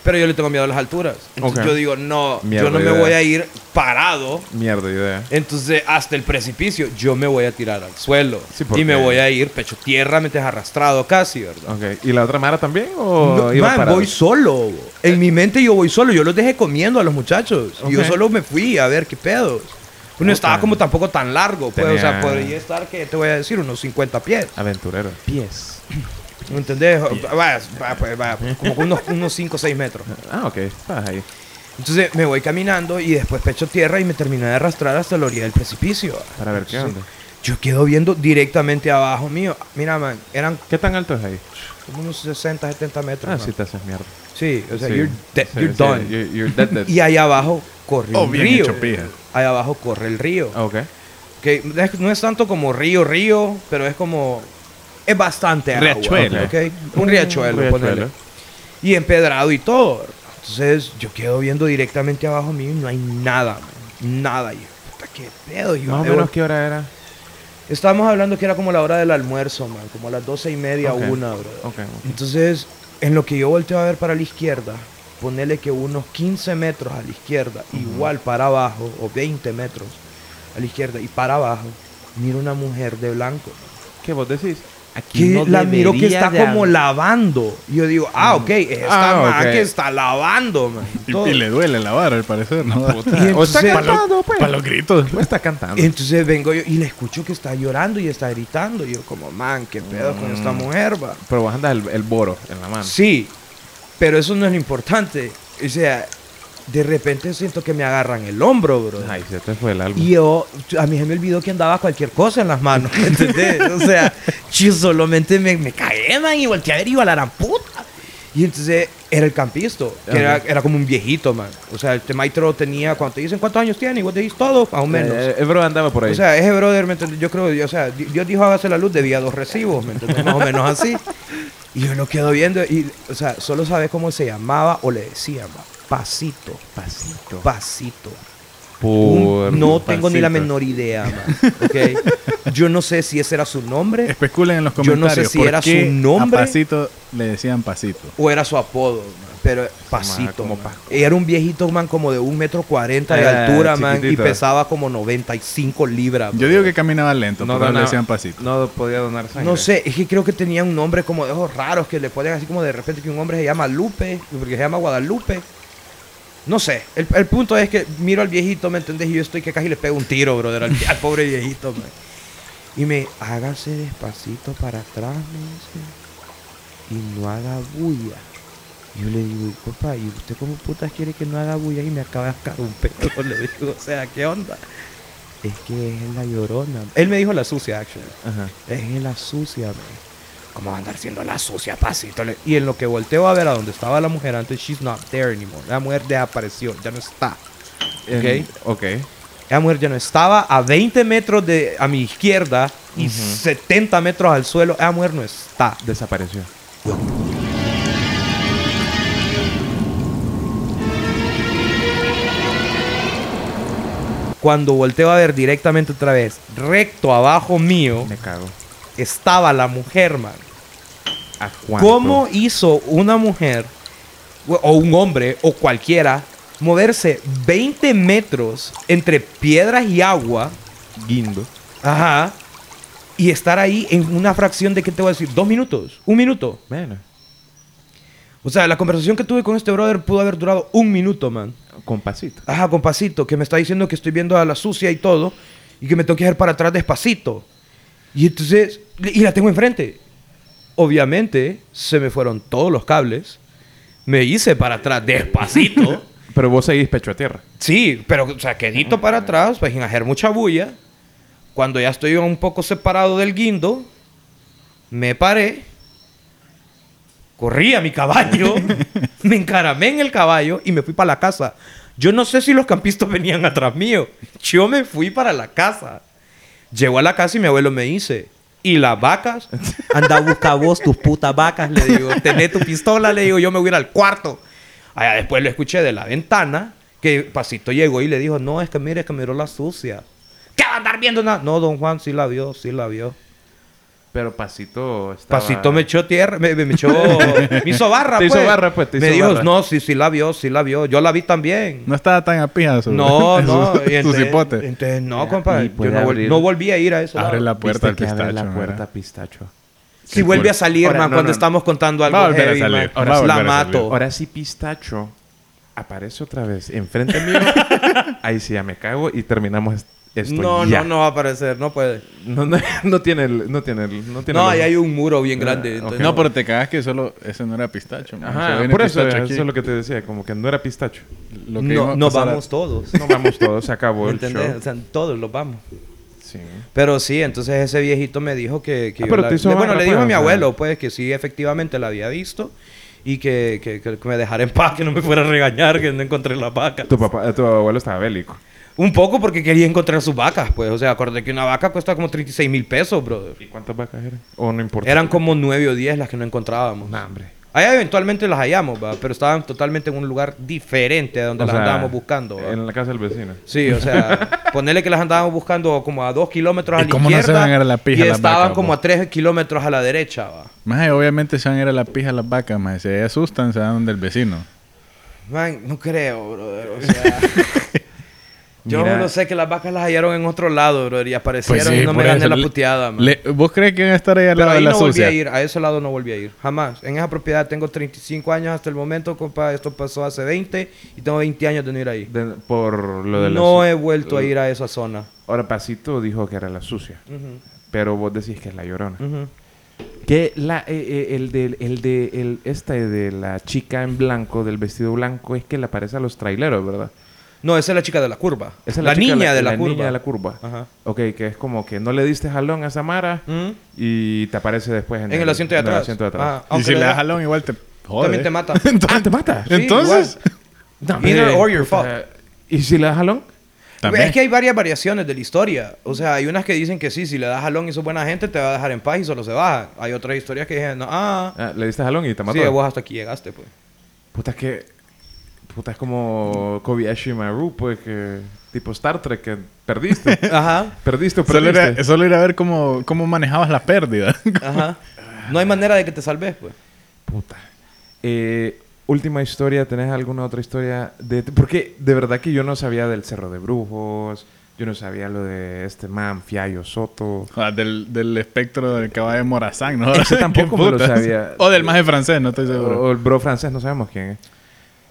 Pero yo le tengo miedo a las alturas. Entonces
Ok.
yo digo, no,
Mierda
yo no me
idea.
voy a ir parado.
Mierda idea.
Entonces, hasta el precipicio, yo me voy a tirar al suelo.
Sí, porque-
y me voy a ir pecho tierra, me dejas arrastrado casi, ¿verdad?
Ok. ¿Y la otra Mara también? ¿O
No,
iba
man,
parado?
voy solo. En mi mente yo voy solo. Yo los dejé comiendo a los muchachos. Y yo
Ok.
solo me fui a ver qué pedos. Uno
Ok.
estaba como tampoco tan largo. Pues, O
Tenía-
sea, podría estar, que te voy a decir? Unos 50 pies.
Aventurero. Pies.
¿Me entendés? Va, va, pues, va, como unos, unos 5 o 6 metros.
Ah, ok. Estás ahí.
Entonces me voy caminando y después pecho tierra y me terminé de arrastrar hasta la orilla del precipicio.
Para ver qué
Entonces,
onda.
Yo quedo viendo directamente abajo mío. Mira, man, eran
¿Qué tan alto es ahí?
como unos 60, 70 metros.
Ah,
man.
sí, te haces mierda.
Sí, o sea,
Sí.
you're, dead,
Sí,
you're
sí,
done.
You're, you're dead, dead.
<laughs> Y ahí abajo corre
Oh,
un
bien
río.
hecho, pija.
Ahí abajo corre el río.
Ah, Ok.
Que es- no es tanto como río, río, pero es como. Es bastante agua,
Riachuelo.
¿ok? Un riachuelo,
Un
ponele. Y empedrado y todo. Entonces yo quedo viendo directamente abajo mío y no hay nada, man. nada. Y yo, puta, qué pedo. yo
Más o
debo-
menos qué hora era.
Estábamos hablando que era como la hora del almuerzo, man, como a las doce y media,
Ok.
una, bro.
Ok, ok.
Entonces, en lo que yo volteo a ver para la izquierda, ponele que unos 15 metros a la izquierda, igual para abajo, o 20 metros a la izquierda y para abajo, miro una mujer de blanco.
¿Qué vos decís?
Que
Aquí no
la miro que
debería
está
de
como
haber-
lavando. Y yo digo, ah, ok, es esta
Ah,
man
ok.
que está lavando, man.
Y,
Todo.
y le duele la vara, al parecer, ¿no?
Y
o está
entonces-
cantando, pues.
Para los gritos.
O está cantando.
Entonces vengo yo y le escucho que está llorando y está gritando. Y yo como, man, qué pedo con esta mujer, va.
Pero vos andas el, el boro en la mano.
Sí, pero eso no es lo importante. O sea, de repente siento que me agarran el hombro, bro.
Ay, se te fue el álbum.
Y yo, a mí se me olvidó que andaba cualquier cosa en las manos, ¿me ¿entendés? O sea,
<laughs>
yo solamente me, me cagué, man, y volteé a ver y iba a la gran puta. Y entonces era el campisto, que era, era como un viejito, man. O sea, este maestro tenía, cuando te dicen cuántos años tiene, y vos decís todo, más o menos.
Eh, el bro andaba por ahí.
O sea, ese brother, ¿me entiendes? Yo creo, yo- o sea, Di- Dios dijo hágase la luz, debía dos recibos, ¿me entiendes? Más o menos
<laughs>
así. Y yo lo quedo viendo y, o sea, solo sabes cómo se llamaba o le decían, va, pasito,
pasito.
pasito.
por
Un- no tengo ni la
pasito.
menor
<laughs>
idea, man, ¿ok? Yo no sé si ese era su
<laughs>
nombre
Especulen en los
Yo no
comentarios.
sé si
¿por
era su
qué
nombre?
A Pasito le decían Pasito.
o era su apodo, man, pero pasito.
como
man.
Paco.
Era un viejito, man, como de un metro cuarenta de
Ah,
altura, man, y
chiquitito.
pesaba como 95 libras.
Yo
man.
digo que caminaba lento,
No
pero le
donaba-
decían Pasito.
No podía donar sangre.
No sé, es que creo que tenía un nombre como de esos raros que le ponen así como de repente que un hombre se llama Lupe, porque se llama Guadalupe. No sé, el, el punto es que miro al viejito, ¿me entendés? Y yo estoy que casi le pego un tiro, brother, al, al pobre viejito, man. Y me, hágase despacito para atrás, me dice, y no haga bulla. Yo le digo, papá, ¿y usted cómo putas quiere que no haga bulla? Y me acaba de sacar un pedo, <laughs> le digo, o sea, ¿qué onda? Es que es la llorona. Él me dijo la sucia, actually.
Ajá.
Es en la sucia, man. ¿Cómo va a andar siendo la sucia, pasito? Le- Y en lo que volteo a ver a donde estaba la mujer antes, she's not there anymore. La mujer desapareció, ya no está.
En- ok.
La mujer ya no estaba a 20 metros de a mi izquierda y 70 metros al suelo. La mujer no está.
Desapareció.
Cuando volteo a ver directamente otra vez, recto abajo mío,
Me cago.
estaba la mujer, man.
¿A cuánto?
¿Cómo hizo una mujer o- o un hombre o cualquiera moverse 20 metros entre piedras y agua?
Guindo.
Ajá. Y estar ahí en una fracción de, ¿qué te voy a decir? Dos minutos. Un minuto.
Bueno,
O sea, la conversación que tuve con este brother pudo haber durado un minuto, man.
con pasito.
Ajá, compasito, que me está diciendo que estoy viendo a la sucia y todo, y que me tengo que ir para atrás despacito. Y entonces, y la tengo enfrente. Obviamente, se me fueron todos los cables. Me hice para atrás despacito.
Pero vos seguís pecho a tierra.
sí, pero, o sea, quedito para atrás, pues sin hacer mucha bulla. Cuando ya estoy un poco separado del guindo, me paré, corrí a mi caballo, me encaramé en el caballo y me fui para la casa. Yo no sé si los campistas venían atrás mío. Yo me fui para la casa. Llego a la casa y mi abuelo me dice, ¿y las vacas? <laughs> Anda a buscar vos tus putas vacas, le digo. Tené tu pistola, le digo, yo me voy a ir al cuarto. Allá después lo escuché de la ventana, que Pasito llegó y le dijo, no, es que mire, es que miró la sucia. ¿Qué va a andar viendo nada? No, don Juan, sí la vio, sí la vio.
Pero pasito estaba...
Pasito me echó tierra, me, me- me echó. me hizo barra,
Ah, <laughs> Te
pues.
hizo barra, pues, te
me
hizo
dijo,
barra.
no, sí, sí la vio, sí la vio. Yo la vi también.
No estaba tan a pija
<laughs>
su, <laughs>
No, no.
su,
y
su
entonces,
cipote.
entonces, no,
Ya,
compa.
y
Yo
puede
no, vol-
abrir.
no volví a ir a eso.
Abre la puerta al
Viste que abre
pistacho.
la puerta
¿verdad?
pistacho.
Si vuelve a salir,
Ahora,
man,
no,
cuando
no.
estamos contando algo
Va a volver a
heavy,
salir,
man,
ahora va a
la
volver a salir.
mato.
Ahora sí pistacho aparece otra vez enfrente <laughs> mío. Ahí sí ya me cago y terminamos esto
no,
ya.
no, no va a aparecer, no puede.
No, no, no tiene el... No tiene el... No, tiene
No,
el-
ahí hay un muro bien
Ah,
grande.
ok.
entonces-
No, pero te cagas que solo... Ese no era pistacho. man. Solo
Ajá,
viene
por eso,
pistacho
eso
aquí.
es lo que te decía. Como que no era pistacho.
Lo que iba
no,
a
nos
pasar a-
vamos todos.
No vamos todos, se acabó
<laughs> ¿Me
el show.
entendés? O sea, todos los vamos.
Sí.
Pero sí, entonces ese viejito me dijo que... que
Ah,
yo
pero
la-
te hizo
le- bueno,
barra,
le dijo
pues,
a mi
o sea.
abuelo, pues, que sí, efectivamente la había visto. Y que, que- que- que me dejara en paz, que no me fuera a regañar, que no encontré las vacas.
Tu papá, tu abuelo estaba bélico.
Un poco porque quería encontrar sus vacas, pues. O sea, acordé que una vaca cuesta como 36 mil pesos, brother.
¿Y cuántas vacas eran? O no importa.
Eran como 9 o 10 las que no encontrábamos.
Nah, hombre.
Allá eventualmente las hallamos, va, pero estaban totalmente en un lugar diferente a donde
O
las
sea,
andábamos buscando. va.
En la casa del vecino.
Sí, o
<laughs>
sea, ponerle que las andábamos buscando como a dos kilómetros a
¿Y
la
cómo no se
izquierda.
van a ir a la pija
y
las
estaban
vacas,
como
vos?
a tres kilómetros a la derecha, va.
Maje, obviamente se van a ir a la pija las vacas, maje. Se asustan, se van del vecino.
Man, no creo, brother.
<laughs>
O sea, yo
Mira.
no sé que las vacas las hallaron en otro lado, brother, y aparecieron Pues y no
Pues
me
por
eran de
eso.
la
Le-
puteada, man.
le- ¿Vos crees que van a estar ahí al
Pero
lado de
ahí
la
no volví
sucia?
a ir, a ese lado no volví a ir, jamás. En esa propiedad tengo 35 años hasta el momento, compa, esto pasó hace 20 y tengo 20 años de no ir ahí.
De- por lo de la
No
su-
he vuelto a ir a esa zona.
Ahora, Pasito dijo que era la sucia. Pero vos decís que es la llorona.
Ujú.
Que la, eh, eh, el de, el de, el, esta de la chica en blanco, del vestido blanco, es que le aparece a los traileros, ¿verdad?
No, esa es la chica de la curva.
Esa es
la,
chica,
niña de la, curva.
niña de la curva.
Ajá.
Ok, que es como que no le diste jalón a Samara
Ujú.
y te aparece después en,
En el asiento de
en
atrás.
asiento de atrás.
Ah,
Y
aunque
si
le
le das
da-
jalón, igual te jode.
También
<laughs>
te mata.
Ah, te mata.
Sí,
Entonces,
No,
Either
hombre,
or your
puta.
fault.
¿Y si le das jalón?
también.
Es que hay varias variaciones de la historia. O sea, hay unas que dicen que sí, si le das jalón y sos buena gente, te va a dejar en paz y solo se baja. Hay otras historias que dicen, no, ah,
Ah, le diste jalón y te mató.
sí, vos hasta aquí llegaste, pues.
Puta, es que. Puta, es como Kobayashi Maru, pues que. Tipo Star Trek, que
<laughs>
perdiste.
Ajá,
perdiste o
Solo
perdiste.
era, solo era ver cómo, cómo manejabas la pérdida. <laughs>
ajá. No hay manera de que te salves, pues.
Puta. Eh, última historia, ¿tenés alguna otra historia? de Porque de verdad que yo no sabía del Cerro de Brujos. Yo no sabía lo de este man, Fiallo Soto.
Ah, del, del espectro del caballo de Morazán, ¿no?
Ese
<laughs> ¿Qué
tampoco me lo
putas?
sabía.
O del maje francés, no estoy seguro.
O el bro francés, no sabemos quién es.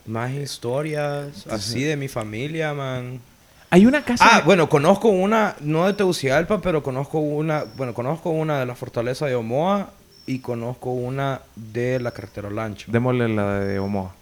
Más historias así de mi familia, man.
Hay una casa.
Ah, bueno, conozco una, no de Tegucigalpa, pero conozco una, bueno, conozco una de la fortaleza de Omoa y conozco una de la carretera Lancho.
Démosle la de Omoa.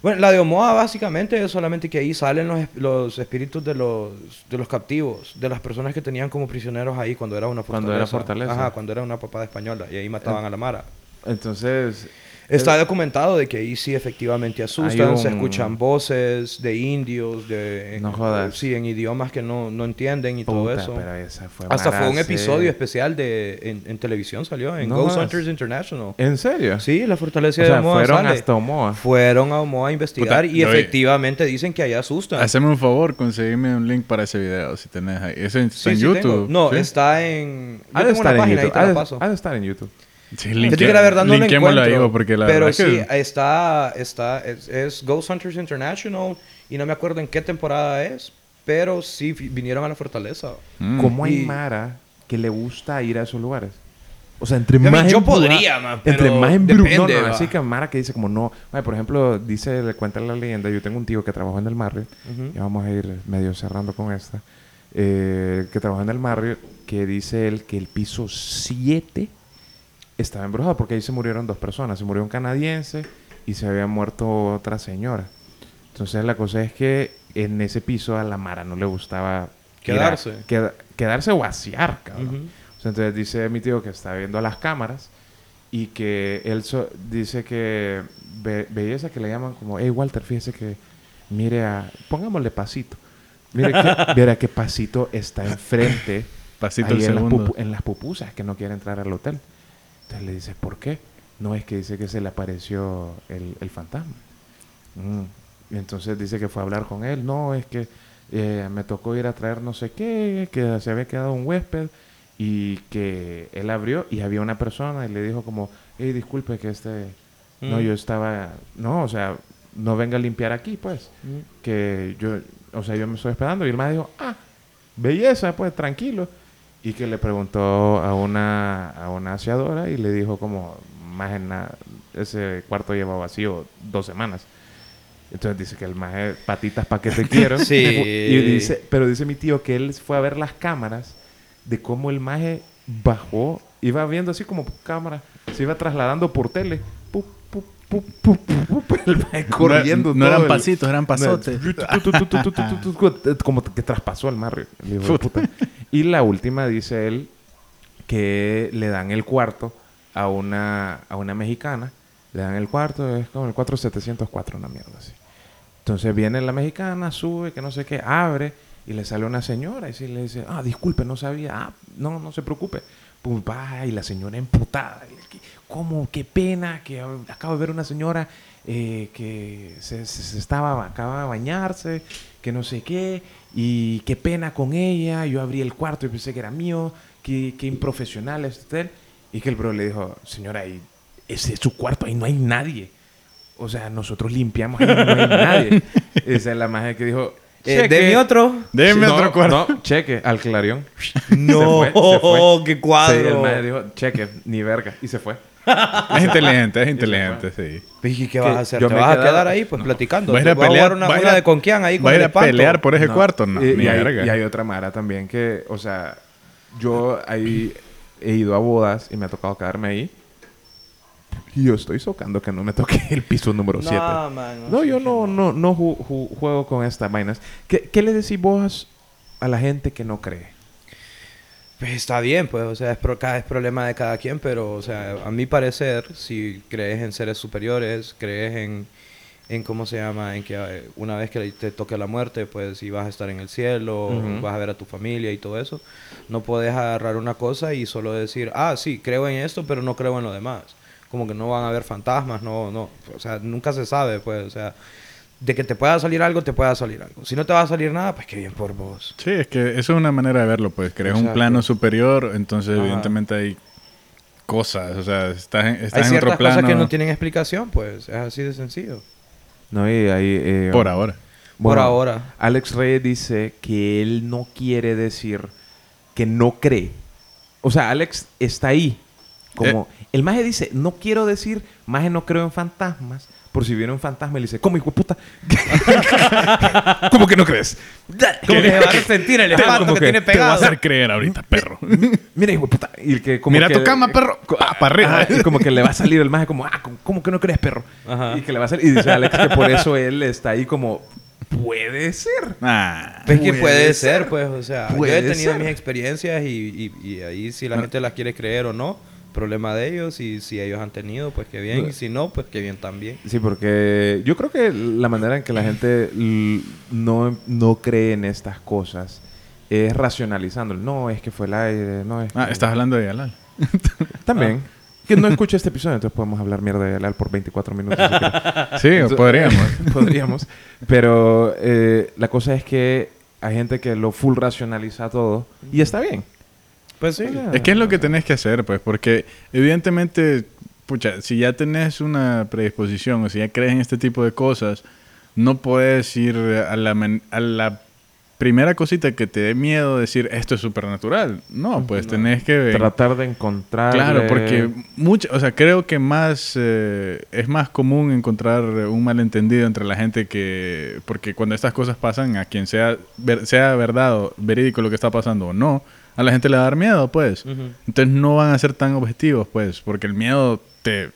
Bueno, la de Omoa básicamente es solamente que ahí salen los, es- los espíritus de los, de los captivos, de las personas que tenían como prisioneros ahí cuando era una fortaleza. Eh,
Cuando era fortaleza.
Ajá, cuando era una papada española y ahí mataban a la Mara.
Entonces.
Está documentado de que ahí sí efectivamente asustan, se
Eh, un-
escuchan voces de indios, de
No jodas.
sí, en idiomas que no, no entienden y todo
Puta,
eso.
pero esa fue
Hasta fue un
mala
episodio
serie.
especial de en, en televisión salió en
No
Ghost
jodas.
Hunters International.
¿En serio?
Sí, la fortaleza
O
de
sea,
Omoa
fueron
sale.
hasta Omoa.
Fueron a Omoa a investigar
Puta,
y
yo vi- Ah,
efectivamente dicen que allá asustan.
Haceme un favor, conseguime un link para ese video si tenés ahí. Ese está
Sí,
en
sí
YouTube.
tengo. No,
¿sí?
está en. Yo
Ha de
tengo una
estar en
página ahí
YouTube.
te
Ha
la
de-
paso.
ha de estar en YouTube.
Sí,
Fíjate
linké-
que la verdad no la
linkémoslo
encuentro.
ahí, bo, porque la
pero
verdad
sí,
es que...
está, está, es, es Ghost Hunters International y no me acuerdo en qué temporada es, pero sí vi- vinieron a la fortaleza.
Mm.
¿Cómo hay
Y-
Mara que le gusta ir a esos lugares? O sea, entre
Yo-
más...
yo
embruja-
podría, ma,
Entre
pero
más embruja... No,
depende,
no,
va.
así que Mara que dice como no... Ma, por ejemplo, dice, le cuenta la leyenda, yo tengo un tío que trabajó en el Marriott,
Ujú.
ya vamos a ir medio cerrando con esta, eh, que trabajó en el Marriott, que dice él que el piso 7 estaba embrujado porque ahí se murieron dos personas. Se murió un canadiense y se había muerto otra señora. Entonces la cosa es que en ese piso a la Mara no le gustaba ir a-
Quedarse.
queda- quedarse o vaciar, cabrón.
Ujú.
O sea, entonces dice mi tío que está viendo las cámaras y que él so- dice que ve- veía esa que le llaman como, hey Walter, fíjese que mire a, pongámosle pasito. Mire que, viera que pasito está enfrente
Pasito
ahí
el
en, las pupu-
segundo.
en las pupusas que no quiere entrar al hotel. Entonces le dice, ¿por qué? No es que dice que se le apareció el, el fantasma. Mm. Y entonces dice que fue a hablar con él. No, es que eh, me tocó ir a traer no sé qué, que se había quedado un huésped y que él abrió y había una persona y le dijo como, hey, disculpe que este... No,
Mm.
yo estaba... No, o sea, no venga a limpiar aquí, pues
Mm.
que yo, o sea, yo me estoy esperando y el más dijo, ah, belleza, pues tranquilo. Y que le preguntó a una, a una aseadora y le dijo como, más en nada, ese cuarto lleva vacío dos semanas. Entonces dice que el más patitas pa' que te quiero.
Sí.
Y dice, pero dice mi tío que él fue a ver las cámaras de cómo el maje bajó, iba viendo así como cámara, se iba trasladando por tele. Pu, pu, pu, pu, pu, pu, el maje corriendo.
No, no eran
todo el-
pasitos, eran pasotes.
como que traspasó al Mario. el hijo de puta. Y la última dice él que le dan el cuarto a una, a una mexicana. Le dan el cuarto, es como el 4704, una mierda así. Entonces viene la mexicana, sube, que no sé qué, abre y le sale una señora y sí le dice, ah, disculpe, no sabía, ah, no, no se preocupe. Pum, va, y la señora emputada. y que, ¿Cómo? Qué pena que ah, acabo de ver una señora eh, que se, se- se estaba, acaba de bañarse, que no sé qué, y qué pena con ella. Yo abrí el cuarto y pensé que era mío, qué, qué improfesional este hotel. Y que el bro le dijo, señora, ahí, ese es su cuarto, ahí no hay nadie. O sea, nosotros limpiamos ahí, no hay
<laughs>
nadie. Esa es la magia que dijo.
Eh,
cheque.
deme otro.
Deme
No,
otro cuarto.
No, cheque, al clarión.
<laughs> No,
Se fue, se fue.
qué cuadro.
Sí, el maje dijo, cheque, ni verga. Y se fue.
<laughs> Es inteligente, es inteligente, sí.
Dije, ¿qué
Que
vas a hacer?
yo
¿Te
me
vas a
quedaba-
quedar ahí pues platicando?
¿Va a ir a
¿Te vas
pelear?
jugar una,
¿Va a ir
una
a-
de conquian ahí
¿Va
con
a
el
ir a
espanto?
pelear por ese
No.
cuarto? No,
y,
ni
y hay,
verga.
y hay otra mara también que, o sea, yo ahí he ido a bodas y me ha tocado quedarme ahí. Y yo estoy socando que no me toque el piso número 7.
No, man,
No, yo
sí,
no, no, no ju- ju- juego con estas vainas. ¿Qué, ¿Qué le decís vos a la gente que no cree?
Pues está bien, pues, o sea, es, pro- cada- es problema de cada quien, pero, o sea, a mi parecer, si crees en seres superiores, crees en, en ¿cómo se llama? En que eh, una vez que te toque la muerte, pues, si vas a estar en el cielo,
Ujú.
vas a ver a tu familia y todo eso, no puedes agarrar una cosa y solo decir, ah, sí, creo en esto, pero no creo en lo demás. Como que no van a haber fantasmas, no, no, o sea, nunca se sabe, pues, o sea, de que te pueda salir algo, te pueda salir algo. Si no te va a salir nada, pues, qué bien por vos.
Sí, es que eso es una manera de verlo, pues. Creas un
Exacto.
plano superior, entonces
Ajá.
evidentemente hay cosas, o sea, estás en, estás
Hay
en otro
ciertas
plano
cosas que no tienen explicación, pues es así de sencillo.
No, y ahí... eh,
por ahora.
bueno,
Por ahora.
Alex Reyes dice que él no quiere decir que no cree. O sea, Alex está ahí. Como,
Eh.
el maje dice, no quiero decir, maje no creo en fantasmas. Por si viene un fantasma y le dice, ¿cómo hijo de
<laughs>
puta? ¿Cómo que no crees?
Como que se va a resentir el espanto
como
que,
que
tiene
Te voy a
pegado.
hacer creer ahorita, perro.
Mira, hijo de puta. Y el que como
Mira
que-
tu cama, perro. para arriba.
Ajá, y como que le va a salir el maje como, ah, ¿cómo- ¿cómo que no crees, perro?
Ajá.
Y que le va a salir. Y dice Alex que por eso él está ahí como, puede ser.
<laughs> Ah.
Es que
Puede ser.
puede ser, pues, o sea, yo
Puede
he tenido
ser.
mis experiencias y, y- y ahí si la gente las quiere creer o no, problema de ellos y si ellos han tenido, pues qué bien. Y si no, pues qué bien también.
Sí, porque yo creo que la manera en que la gente l- no, no cree en estas cosas es racionalizando. No, es que fue el aire, no es...
Ah,
que-
estás hablando de Galal.
También. Que no escuche este episodio, entonces podemos hablar mierda de Alal por 24 minutos. si quieres.
Sí,
Entonces-
podríamos.
<laughs> podríamos. Pero eh, la cosa es que hay gente que lo full racionaliza todo y está bien.
Pues sí.
Eh, Es que es lo que tenés que hacer, pues, porque evidentemente, pucha, si ya tenés una predisposición o si ya crees en este tipo de cosas, no puedes ir a la, men- a la primera cosita que te dé miedo decir esto es supernatural. No, pues tenés que...
Tratar de encontrar...
Claro, porque mucho, o sea, creo que más eh, es más común encontrar un malentendido entre la gente que porque cuando estas cosas pasan a quien sea ver- sea verdad o verídico lo que está pasando o no, a la gente le va a dar miedo, pues.
Ujú.
Entonces no van a ser tan objetivos, pues, porque el miedo te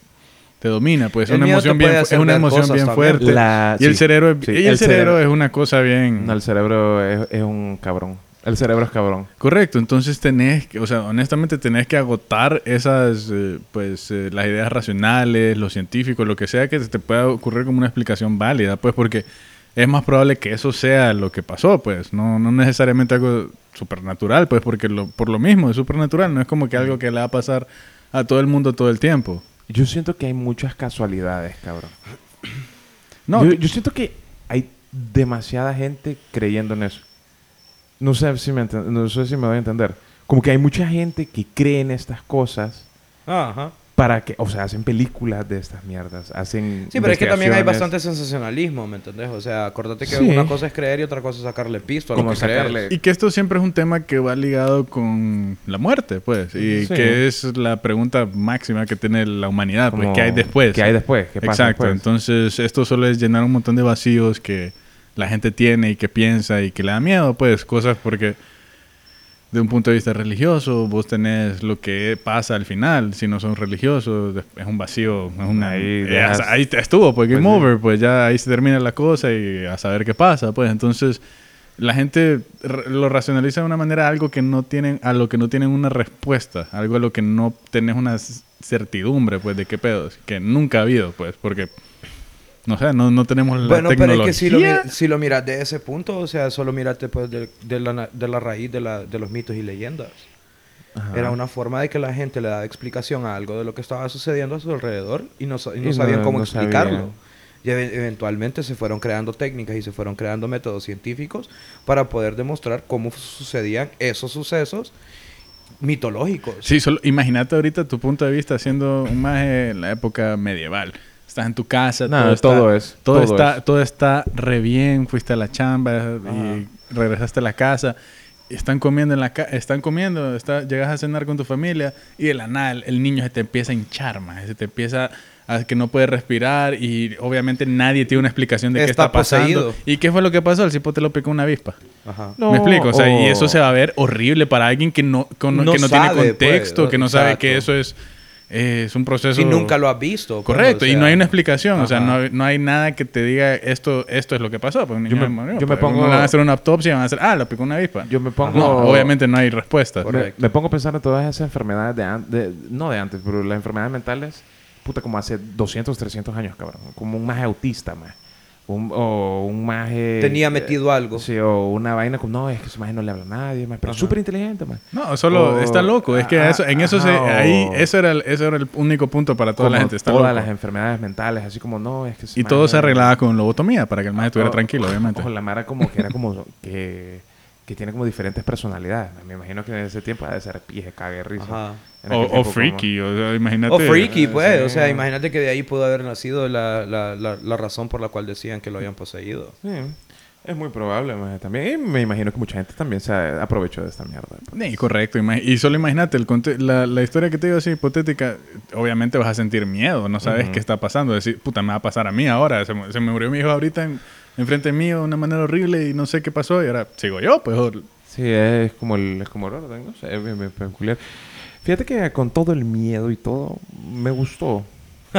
te domina, pues
El
es una
miedo
emoción
te puede
bien fu-
hacer
es una
ver
emoción
cosas
bien
también.
fuerte.
La-
y el
sí,
cerebro es-
sí,
y el,
el
cerebro,
cerebro.
es una cosa bien
No, el cerebro es, es un cabrón. El cerebro es cabrón.
Correcto, entonces tenés, que- o sea, honestamente tenés que agotar esas, eh, pues, eh, las ideas racionales, los científicos, lo que sea que se te pueda ocurrir como una explicación válida, pues, porque es más probable que eso sea lo que pasó, pues, no, no necesariamente algo supernatural, pues, porque lo, por lo mismo es supernatural, no es como que algo que le va a pasar a todo el mundo todo el tiempo.
Yo siento que hay muchas casualidades, cabrón.
No,
yo, yo siento que hay demasiada gente creyendo en eso. No sé si me, enten- no sé si me voy a entender. Como que hay mucha gente que cree en estas cosas
Ajá.
para que, o sea, hacen películas de estas mierdas, hacen
Sí, pero es que también hay
investigaciones.
bastante sensacionalismo, ¿me entendés? O sea, acordate que
Sí.
una cosa es creer y otra cosa es sacarle pisto a lo
Como
que crees.
sacarle-
Y que esto siempre es un tema que va ligado con la muerte, pues, y
Sí.
que es la pregunta máxima que tiene la humanidad, pues,
Como,
¿qué hay después?
¿Qué hay después? pues, ¿Qué pasa
Exacto,
después?
entonces esto solo es llenar un montón de vacíos que la gente tiene y que piensa y que le da miedo, pues cosas porque de un punto de vista religioso vos tenés lo que pasa al final, si no son religiosos des- es un vacío, es una,
Ahí
eh,
dejas-
hasta ahí te- estuvo, pues game
Pues sí.
over, pues ya ahí se termina la cosa y a saber qué pasa, pues entonces la gente r- lo racionaliza de una manera a algo que no tienen a lo que no tienen una respuesta algo a lo que no tenés una c- certidumbre pues de qué pedos que nunca ha habido pues porque no sé no, no tenemos la
Bueno, pero
tecnología
es que si lo, mi- si lo miras de ese punto, o sea, solo miraste pues de, de la, na- de la raíz de, la- de los mitos y leyendas.
Ajá.
Era una forma de que la gente le daba explicación a algo de lo que estaba sucediendo a su alrededor y no, sa- y no
Y
sabían
no-
cómo
no
explicarlo.
sabían.
Y eve- eventualmente se fueron creando técnicas y se fueron creando métodos científicos para poder demostrar cómo sucedían esos sucesos mitológicos.
sí solo imagínate ahorita tu punto de vista siendo un maje en la época medieval estás en tu casa
Nada, todo es,
todo,
todo
está
es.
todo está re bien fuiste a la chamba
Ajá.
y regresaste a la casa y están comiendo en la ca- están comiendo está- llegas a cenar con tu familia y de la nada el, el niño se te empieza a hinchar más se te empieza a que no puede respirar y obviamente nadie tiene una explicación de qué
Está
está pasando
poseído.
y qué fue lo que pasó el cipote lo picó una avispa
Ajá.
No,
me explico, o sea, y eso
o-
se va a ver horrible para alguien que no, con-
No
que no
sabe,
tiene contexto,
pues,
que no sabe que
exacto.
eso es, eh, es un proceso.
Si nunca lo has visto. pues,
Correcto,
o
y
sea,
no hay una explicación, o sea,
ajá.
no, hay- no hay nada que te diga esto, esto es lo que pasó. Pues, un niño
me-
murió,
yo me
pues,
pongo-
no van a hacer una autopsia, van a hacer, ah, lo picó una avispa.
Yo me pongo...
No, obviamente no hay respuesta.
Me-
Correcto.
Me, pongo a pensar en todas esas enfermedades de, an- de- No de antes, pero las enfermedades mentales, puta, como hace 200, 300 años, cabrón. Como un maje autista, más. o un maje...
Tenía
eh,
metido algo.
Sí, o una vaina como... No, es que su maje no le habla a nadie, más. Pero
Ajá.
súper inteligente, más.
No, solo
O-
está loco, es que
ah,
eso, en eso
ajá,
se,
o-
ahí, eso era, el, eso era el único punto para toda la gente, está
todas
loco.
las enfermedades mentales, así como... No, es que... ese
Y todo
maje-
se arreglaba con lobotomía para que el maestro estuviera
O-
tranquilo, obviamente.
O la Mara como que era como... que, que tiene como diferentes personalidades. Me imagino que en ese tiempo ha de ser pije, cague, risa.
Ajá.
En
O,
aquel
o
tiempo, como-
freaky, o sea, imagínate.
O freaky, pues.
Ah, sí.
O sea, imagínate que de ahí pudo haber nacido la, la, la, la razón por la cual decían que lo habían poseído.
Sí, es muy probable maje, también. Y me imagino que mucha gente también se aprovechó de esta mierda. pues.
Sí, correcto. ima- Y solo imagínate, el conte- la, la historia que te digo así, hipotética, obviamente vas a sentir miedo, no sabes qué está pasando. Decir, puta, me va a pasar a mí ahora. Se, mu- se me murió mi hijo ahorita en- enfrente mío de una manera horrible y no sé qué pasó y ahora sigo yo, pues. o-
Sí, es como el, es como el orden, no sé, es bien- bien peculiar. Fíjate que con todo el miedo y todo, me gustó. <laughs>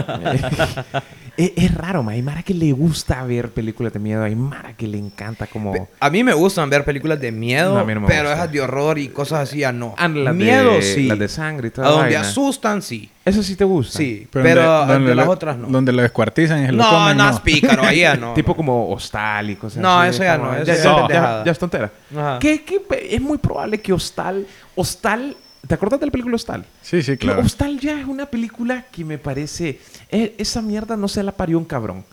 es, es raro, ma. Hay Mara que le gusta ver películas de miedo. Hay Mara que le encanta como...
A mí me gustan ver películas de miedo,
No, a mí no me
pero
gusta.
esas de horror y cosas así, ya no.
Ah, las de-
miedo sí.
Las de sangre y toda
a
la
donde
vaina.
asustan, sí.
Eso sí te gusta.
Sí, pero, a
donde-
de
donde
las
lo-
otras no.
Donde lo descuartizan y se lo
no,
comen,
no es <laughs> pícaro, ahí ya no.
<laughs> tipo
no.
como hostal y cosas
No,
así.
eso ya
como-
no, eso
Ya,
ya
ya-
es
ya-
pendejada. Ah.
ya es tontera.
Ajá.
Que, que es muy probable que hostal... Hostal... ¿Te acuerdas de la película Hostal?
Sí, sí, claro.
Hostal ya es una película que me parece... eh, esa mierda no se la parió un cabrón.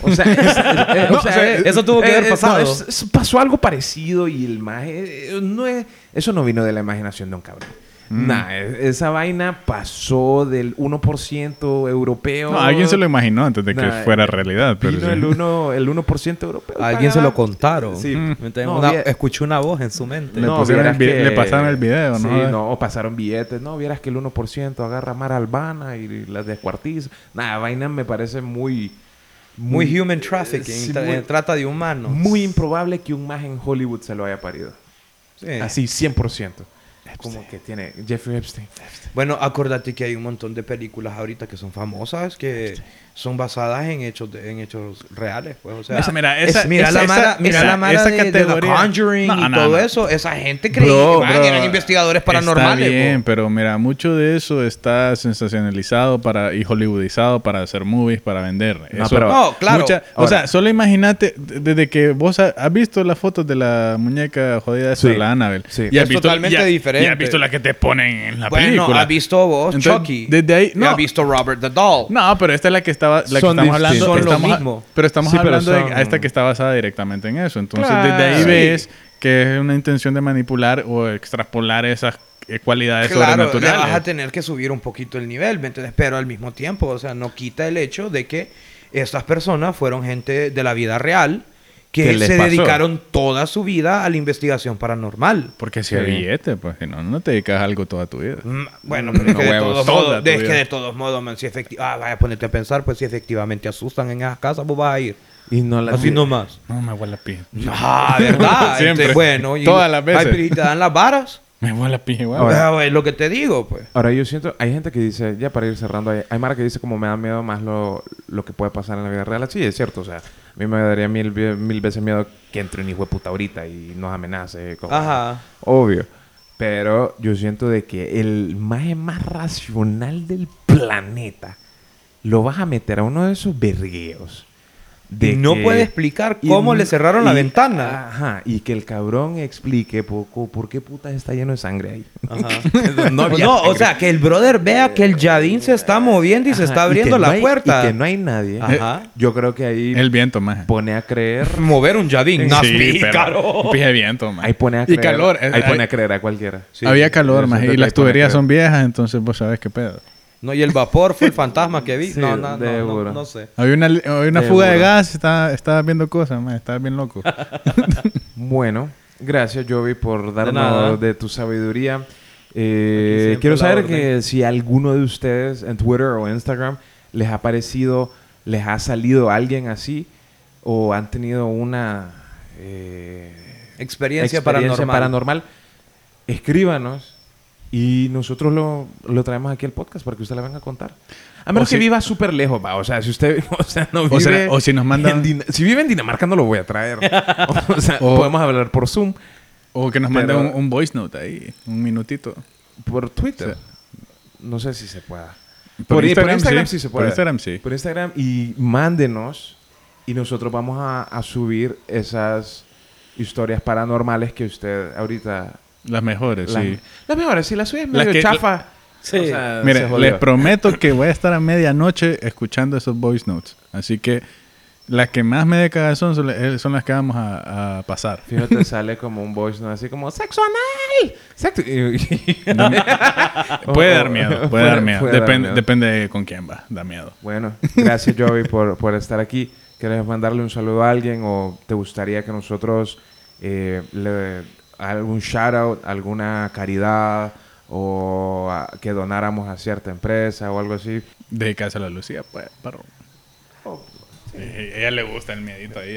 O sea,
<laughs>
es- eh,
No, o sea, eso tuvo que haber
no,
pasado.
es- es- pasó algo parecido y el maje... eh, no es, eso no vino de la imaginación de un cabrón.
Mm.
Nah, e- esa vaina pasó del 1% europeo.
No, alguien se lo imaginó antes de que
Nah,
eh,
fuera realidad. Pero
Vino
sí.
el, 1, el 1% europeo.
Alguien se
Pagaba-
lo contaron.
Sí.
¿Me entiendes?
No, eh,
Una-
bien.
escuchó una voz en su mente.
Le pusieron
vieras
el vi- le pasaron el video, ¿no?
Sí, no, o pasaron billetes. No, vieras que el 1% agarra a Mara Albana y las descuartiza. Nada, vaina me parece muy...
Muy human trafficking,
Mm. Sí,
tra-
muy-
eh, trata de humanos.
Muy improbable que un más en Hollywood se lo haya parido.
Sí.
Así, 100%. Como que tiene Jeffrey Epstein.
Bueno, acordate que hay un montón de películas ahorita que son famosas que son basadas en hechos de- en hechos reales, pues, o sea,
Esa- mira, esa-
es- mira
esa-
la mara,
esa-
mira
esa-
la mara
esa
de- de, The
categoría.
Conjuring
No,
y
no,
todo
no.
eso, esa gente creía
Bro,
que man,
bro,
eran Ah, investigadores paranormales.
Está bien,
po.
pero mira, mucho de eso está sensacionalizado para y hollywoodizado para hacer movies, para vender.
No,
Eso-
pero-
No, claro.
o sea,
Ahora-
solo imagínate, de- desde que vos ha- has visto las fotos de la muñeca jodida esa,
Sí.
la Annabelle.
Sí.
Y has
Es
visto-
totalmente
y ha-
diferente.
Y has visto la que te ponen en la
bueno,
película.
ha visto vos
Entonces,
Chucky.
desde ahí-
y
no.
ha visto Robert the Doll.
No, pero esta es la que estaba, la que
Son
estamos hablando.
distintos.
Son lo
estamos a-
mismo.
Pero estamos
Sí, pero
hablando de
son-
a esta que está basada directamente en eso. Entonces,
Claro.
desde ahí
Sí.
ves que es una intención de manipular o extrapolar esas eh, cualidades
Claro, le
sobrenaturales.
vas a tener que subir un poquito el nivel, ¿me entiendes? Pero al mismo tiempo, o sea, no quita el hecho de que estas personas fueron gente de la vida real
¿Qué
que
les
se
pasó?
dedicaron toda su vida a la investigación paranormal.
Porque si
Sí.
hay billete, pues si no, no te dedicas a algo toda tu vida.
Mm, Bueno, pero es
No
que, de,
huevos,
todos
toda
modos,
tu
es que
vida.
de todos modos, man, si efecti- ah, vaya, ponete a pensar, pues si efectivamente asustan en esas casas, vos vas a ir.
Y no la...
Así nomás.
No, me huele a pija.
Ah,
<laughs>
¿verdad?
Siempre.
Entonces, bueno,
Todas las veces.
Ay, pero ¿y te dan las varas.
Me huele a pija igual.
Ahora-
Ah, bueno, es lo que te digo, pues.
Ahora yo siento, hay gente que dice, ya para ir cerrando, hay, hay Mara que dice como me da miedo más lo, lo que puede pasar en la vida real. Sí, es cierto, o sea, a mí me daría mil, ve- mil veces miedo que entre un hijo de puta ahorita y nos amenace. como-
Ajá.
Obvio. Pero yo siento de que el maje más racional del planeta lo vas a meter a uno de esos vergueos.
Y no puede explicar cómo le cerraron la ventana.
Ajá, y que el cabrón explique poco por qué putas está lleno de sangre ahí. <laughs>
Ajá.
Pues no, había
Pues No, o
sangre.
sea, que el brother vea que el Yadin se está moviendo y se
Ajá,
está
y
abriendo
que
la
no hay-
puerta.
Y que no hay nadie.
Ajá.
Eh, Yo creo que ahí
El viento, más.
pone a creer.
Mover un Yadin, no
Sí,
es pícaro.
pero- Pija de viento, más.
Ahí pone a
Y
creer.
calor. eh,
Ahí pone
hay-
a creer a cualquiera.
Sí.
Había calor,
Yo
más.
siento
Y
que ahí
las
pone
tuberías
que-
son viejas, entonces vos sabés qué pedo.
No, y el vapor fue el fantasma que vi.
Sí,
no, no, no, no,
seguro.
no sé.
Había una, había una
Seguro.
fuga de gas, estaba, estaba viendo cosas, más. Estaba bien loco.
<laughs> Bueno, gracias, Jovi, por
nada.
darnos de, tu sabiduría.
Aquí
Eh,
siempre
quiero
la
saber
orden.
que si alguno de ustedes en Twitter o Instagram les ha parecido, les ha salido alguien así o han tenido una eh,
Experiencia,
experiencia
paranormal.
paranormal, escríbanos y nosotros lo, lo traemos aquí al podcast para que usted la venga a contar. A menos que
si-
viva súper lejos, va. O sea, si usted <laughs> o sea, no vive...
O sea, o si nos mandan-
en Din- si vive en Dinamarca no lo voy a traer. o sea,
O-
podemos hablar por Zoom,
O que nos manden
Pero-
un, un voice note ahí, un minutito.
por Twitter. No sé si se pueda.
Por
Por, por Instagram,
Instagram sí.
sí. se
Por
puede.
Instagram sí.
Por Instagram y mándenos y nosotros vamos a, a subir esas historias paranormales que usted ahorita
Las mejores,
Las,
sí.
las mejores, si la suya es
Las
medio
que-
chafa.
Sí.
o sea, se
Mire,
jodió.
les prometo que voy a estar a medianoche escuchando esos voice notes. Así que las que más me de cagazón son, la- eh, son las que vamos a, a pasar.
Fíjate, sale como un voice, ¿no? Así como, ¡sexo anal! ¡Sexo! y- y- <laughs>
Ah, Puede
O-
dar
<laughs>
miedo, puede dar miedo.
Oh, puede dar
Depende,
miedo.
depende de con quién va, da miedo.
Bueno, gracias, Joey, por, por estar aquí. ¿Quieres mandarle un saludo a alguien o te gustaría que nosotros eh, le algún shout out, alguna caridad o a- que donáramos a cierta empresa o algo así?
De casa a la Lucía, pues, perro.
Sí,
Eh, Ella le gusta el miedito ahí.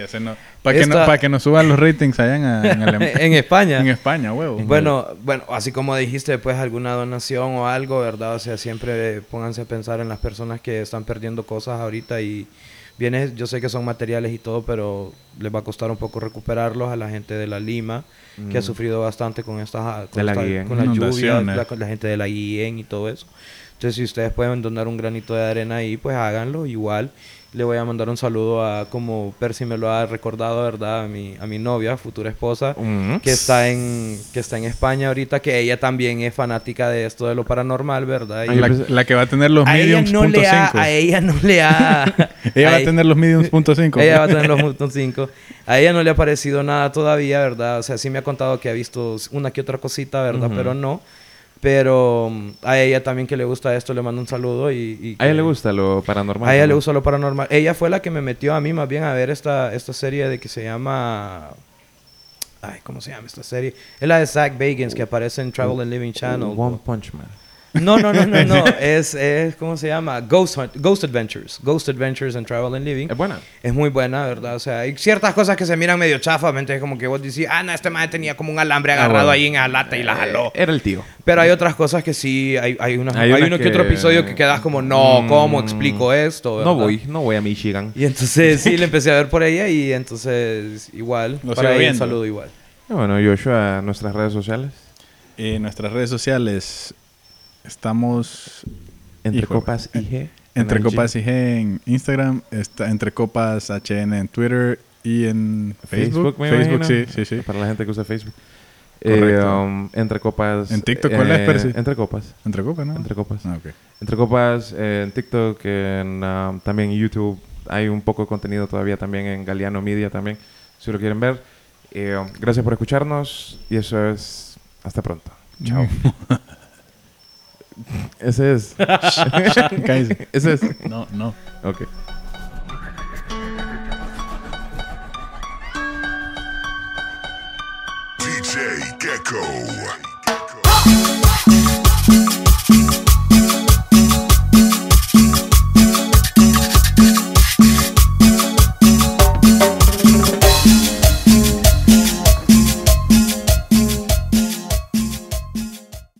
Para que, no,
Esta-
pa' que nos suban los ratings allá en, en,
<laughs>
Alema-
<laughs> en España.
en España, huevo.
Bueno, bueno, así como dijiste, pues alguna donación o algo, ¿verdad? O sea, siempre pónganse a pensar en las personas que están perdiendo cosas ahorita y bienes, yo sé que son materiales y todo, pero les va a costar un poco recuperarlos a la gente de la Lima, que ha sufrido bastante con estas con
Mm. De la
esta-
Guillén.
con la lluvia,
Inundaciones.
la, con la gente de la Guillén y todo eso. Entonces, si ustedes pueden donar un granito de arena ahí, pues háganlo. Igual le voy a mandar un saludo a, como Percy me lo ha recordado, ¿verdad? A mi, a mi novia, futura esposa
Mm-hmm.
Mm.
que está en que está en España ahorita que ella también es fanática de esto de lo paranormal verdad Y-
la, la que va a tener los
pues, a ella
mediums
no
punto
le ha,
cinco.
a ella no le ha
<laughs> Ella va
e-
a tener los mediums punto cinco.
ella va
<laughs>
a tener los puntos 5 a ella no le ha parecido nada todavía verdad o sea sí me ha contado que ha visto una que otra cosita verdad pero no pero mm, a ella también que le gusta esto le mando un saludo y, y
A ella le
que-
gusta lo paranormal.
a ella le
¿no?
gusta lo paranormal. Ella fue la que me metió a mí más bien a ver esta, esta serie de que se llama... Ay, ¿cómo se llama esta serie? Es la de Zach Bagans que aparece en Travel and Living Channel. pues.
One Punch Man.
No, no, no, no,
<laughs>
no. es, es, ¿cómo se llama? Ghost, Hunt- Ghost Adventures. Ghost Adventures and Travel and Living.
Es buena.
Es muy buena, ¿verdad? O sea, hay ciertas cosas que se miran medio chafa, ¿me entiendes? Como que vos decís, ah, no, este madre tenía como un alambre agarrado
Ah, bueno.
ahí en la lata y la jaló.
Eh, Era el tío.
Pero hay otras cosas que sí, hay, hay, unas-
Hay
hay
unas
uno que...
que-
otro episodio que quedas como, no, ¿cómo
Mm,
explico esto?
No
¿verdad?
voy, no voy a Michigan.
Y entonces sí, le empecé a ver por ella y entonces igual.
Lo sigo
para ella un
viendo.
saludo igual.
Y Bueno, Joshua, nuestras redes sociales.
En nuestras redes sociales estamos
Entre
Híjole.
copas IG. en
Entre
IG.
Copas IG en Instagram, está Entre Copas HN en Twitter y en Facebook.
Facebook, me
Facebook,
imagino.
sí, sí, sí.
Para la gente que usa Facebook.
Correcto.
Eh, um, entre copas. eh,
¿En TikTok cuál es, Percy?
Entre copas.
Entre Copas, ¿no?
Entre copas.
Ah, ok.
Entre copas eh, en TikTok, en, um, también en YouTube. Hay un poco de contenido todavía también en Galeano Media también, si lo quieren ver. Eh, gracias por escucharnos y eso es... Hasta pronto. Chao. Ese es.
Cállese.
<laughs> Ese es.
No, no.
Ok.
DJ Gecko.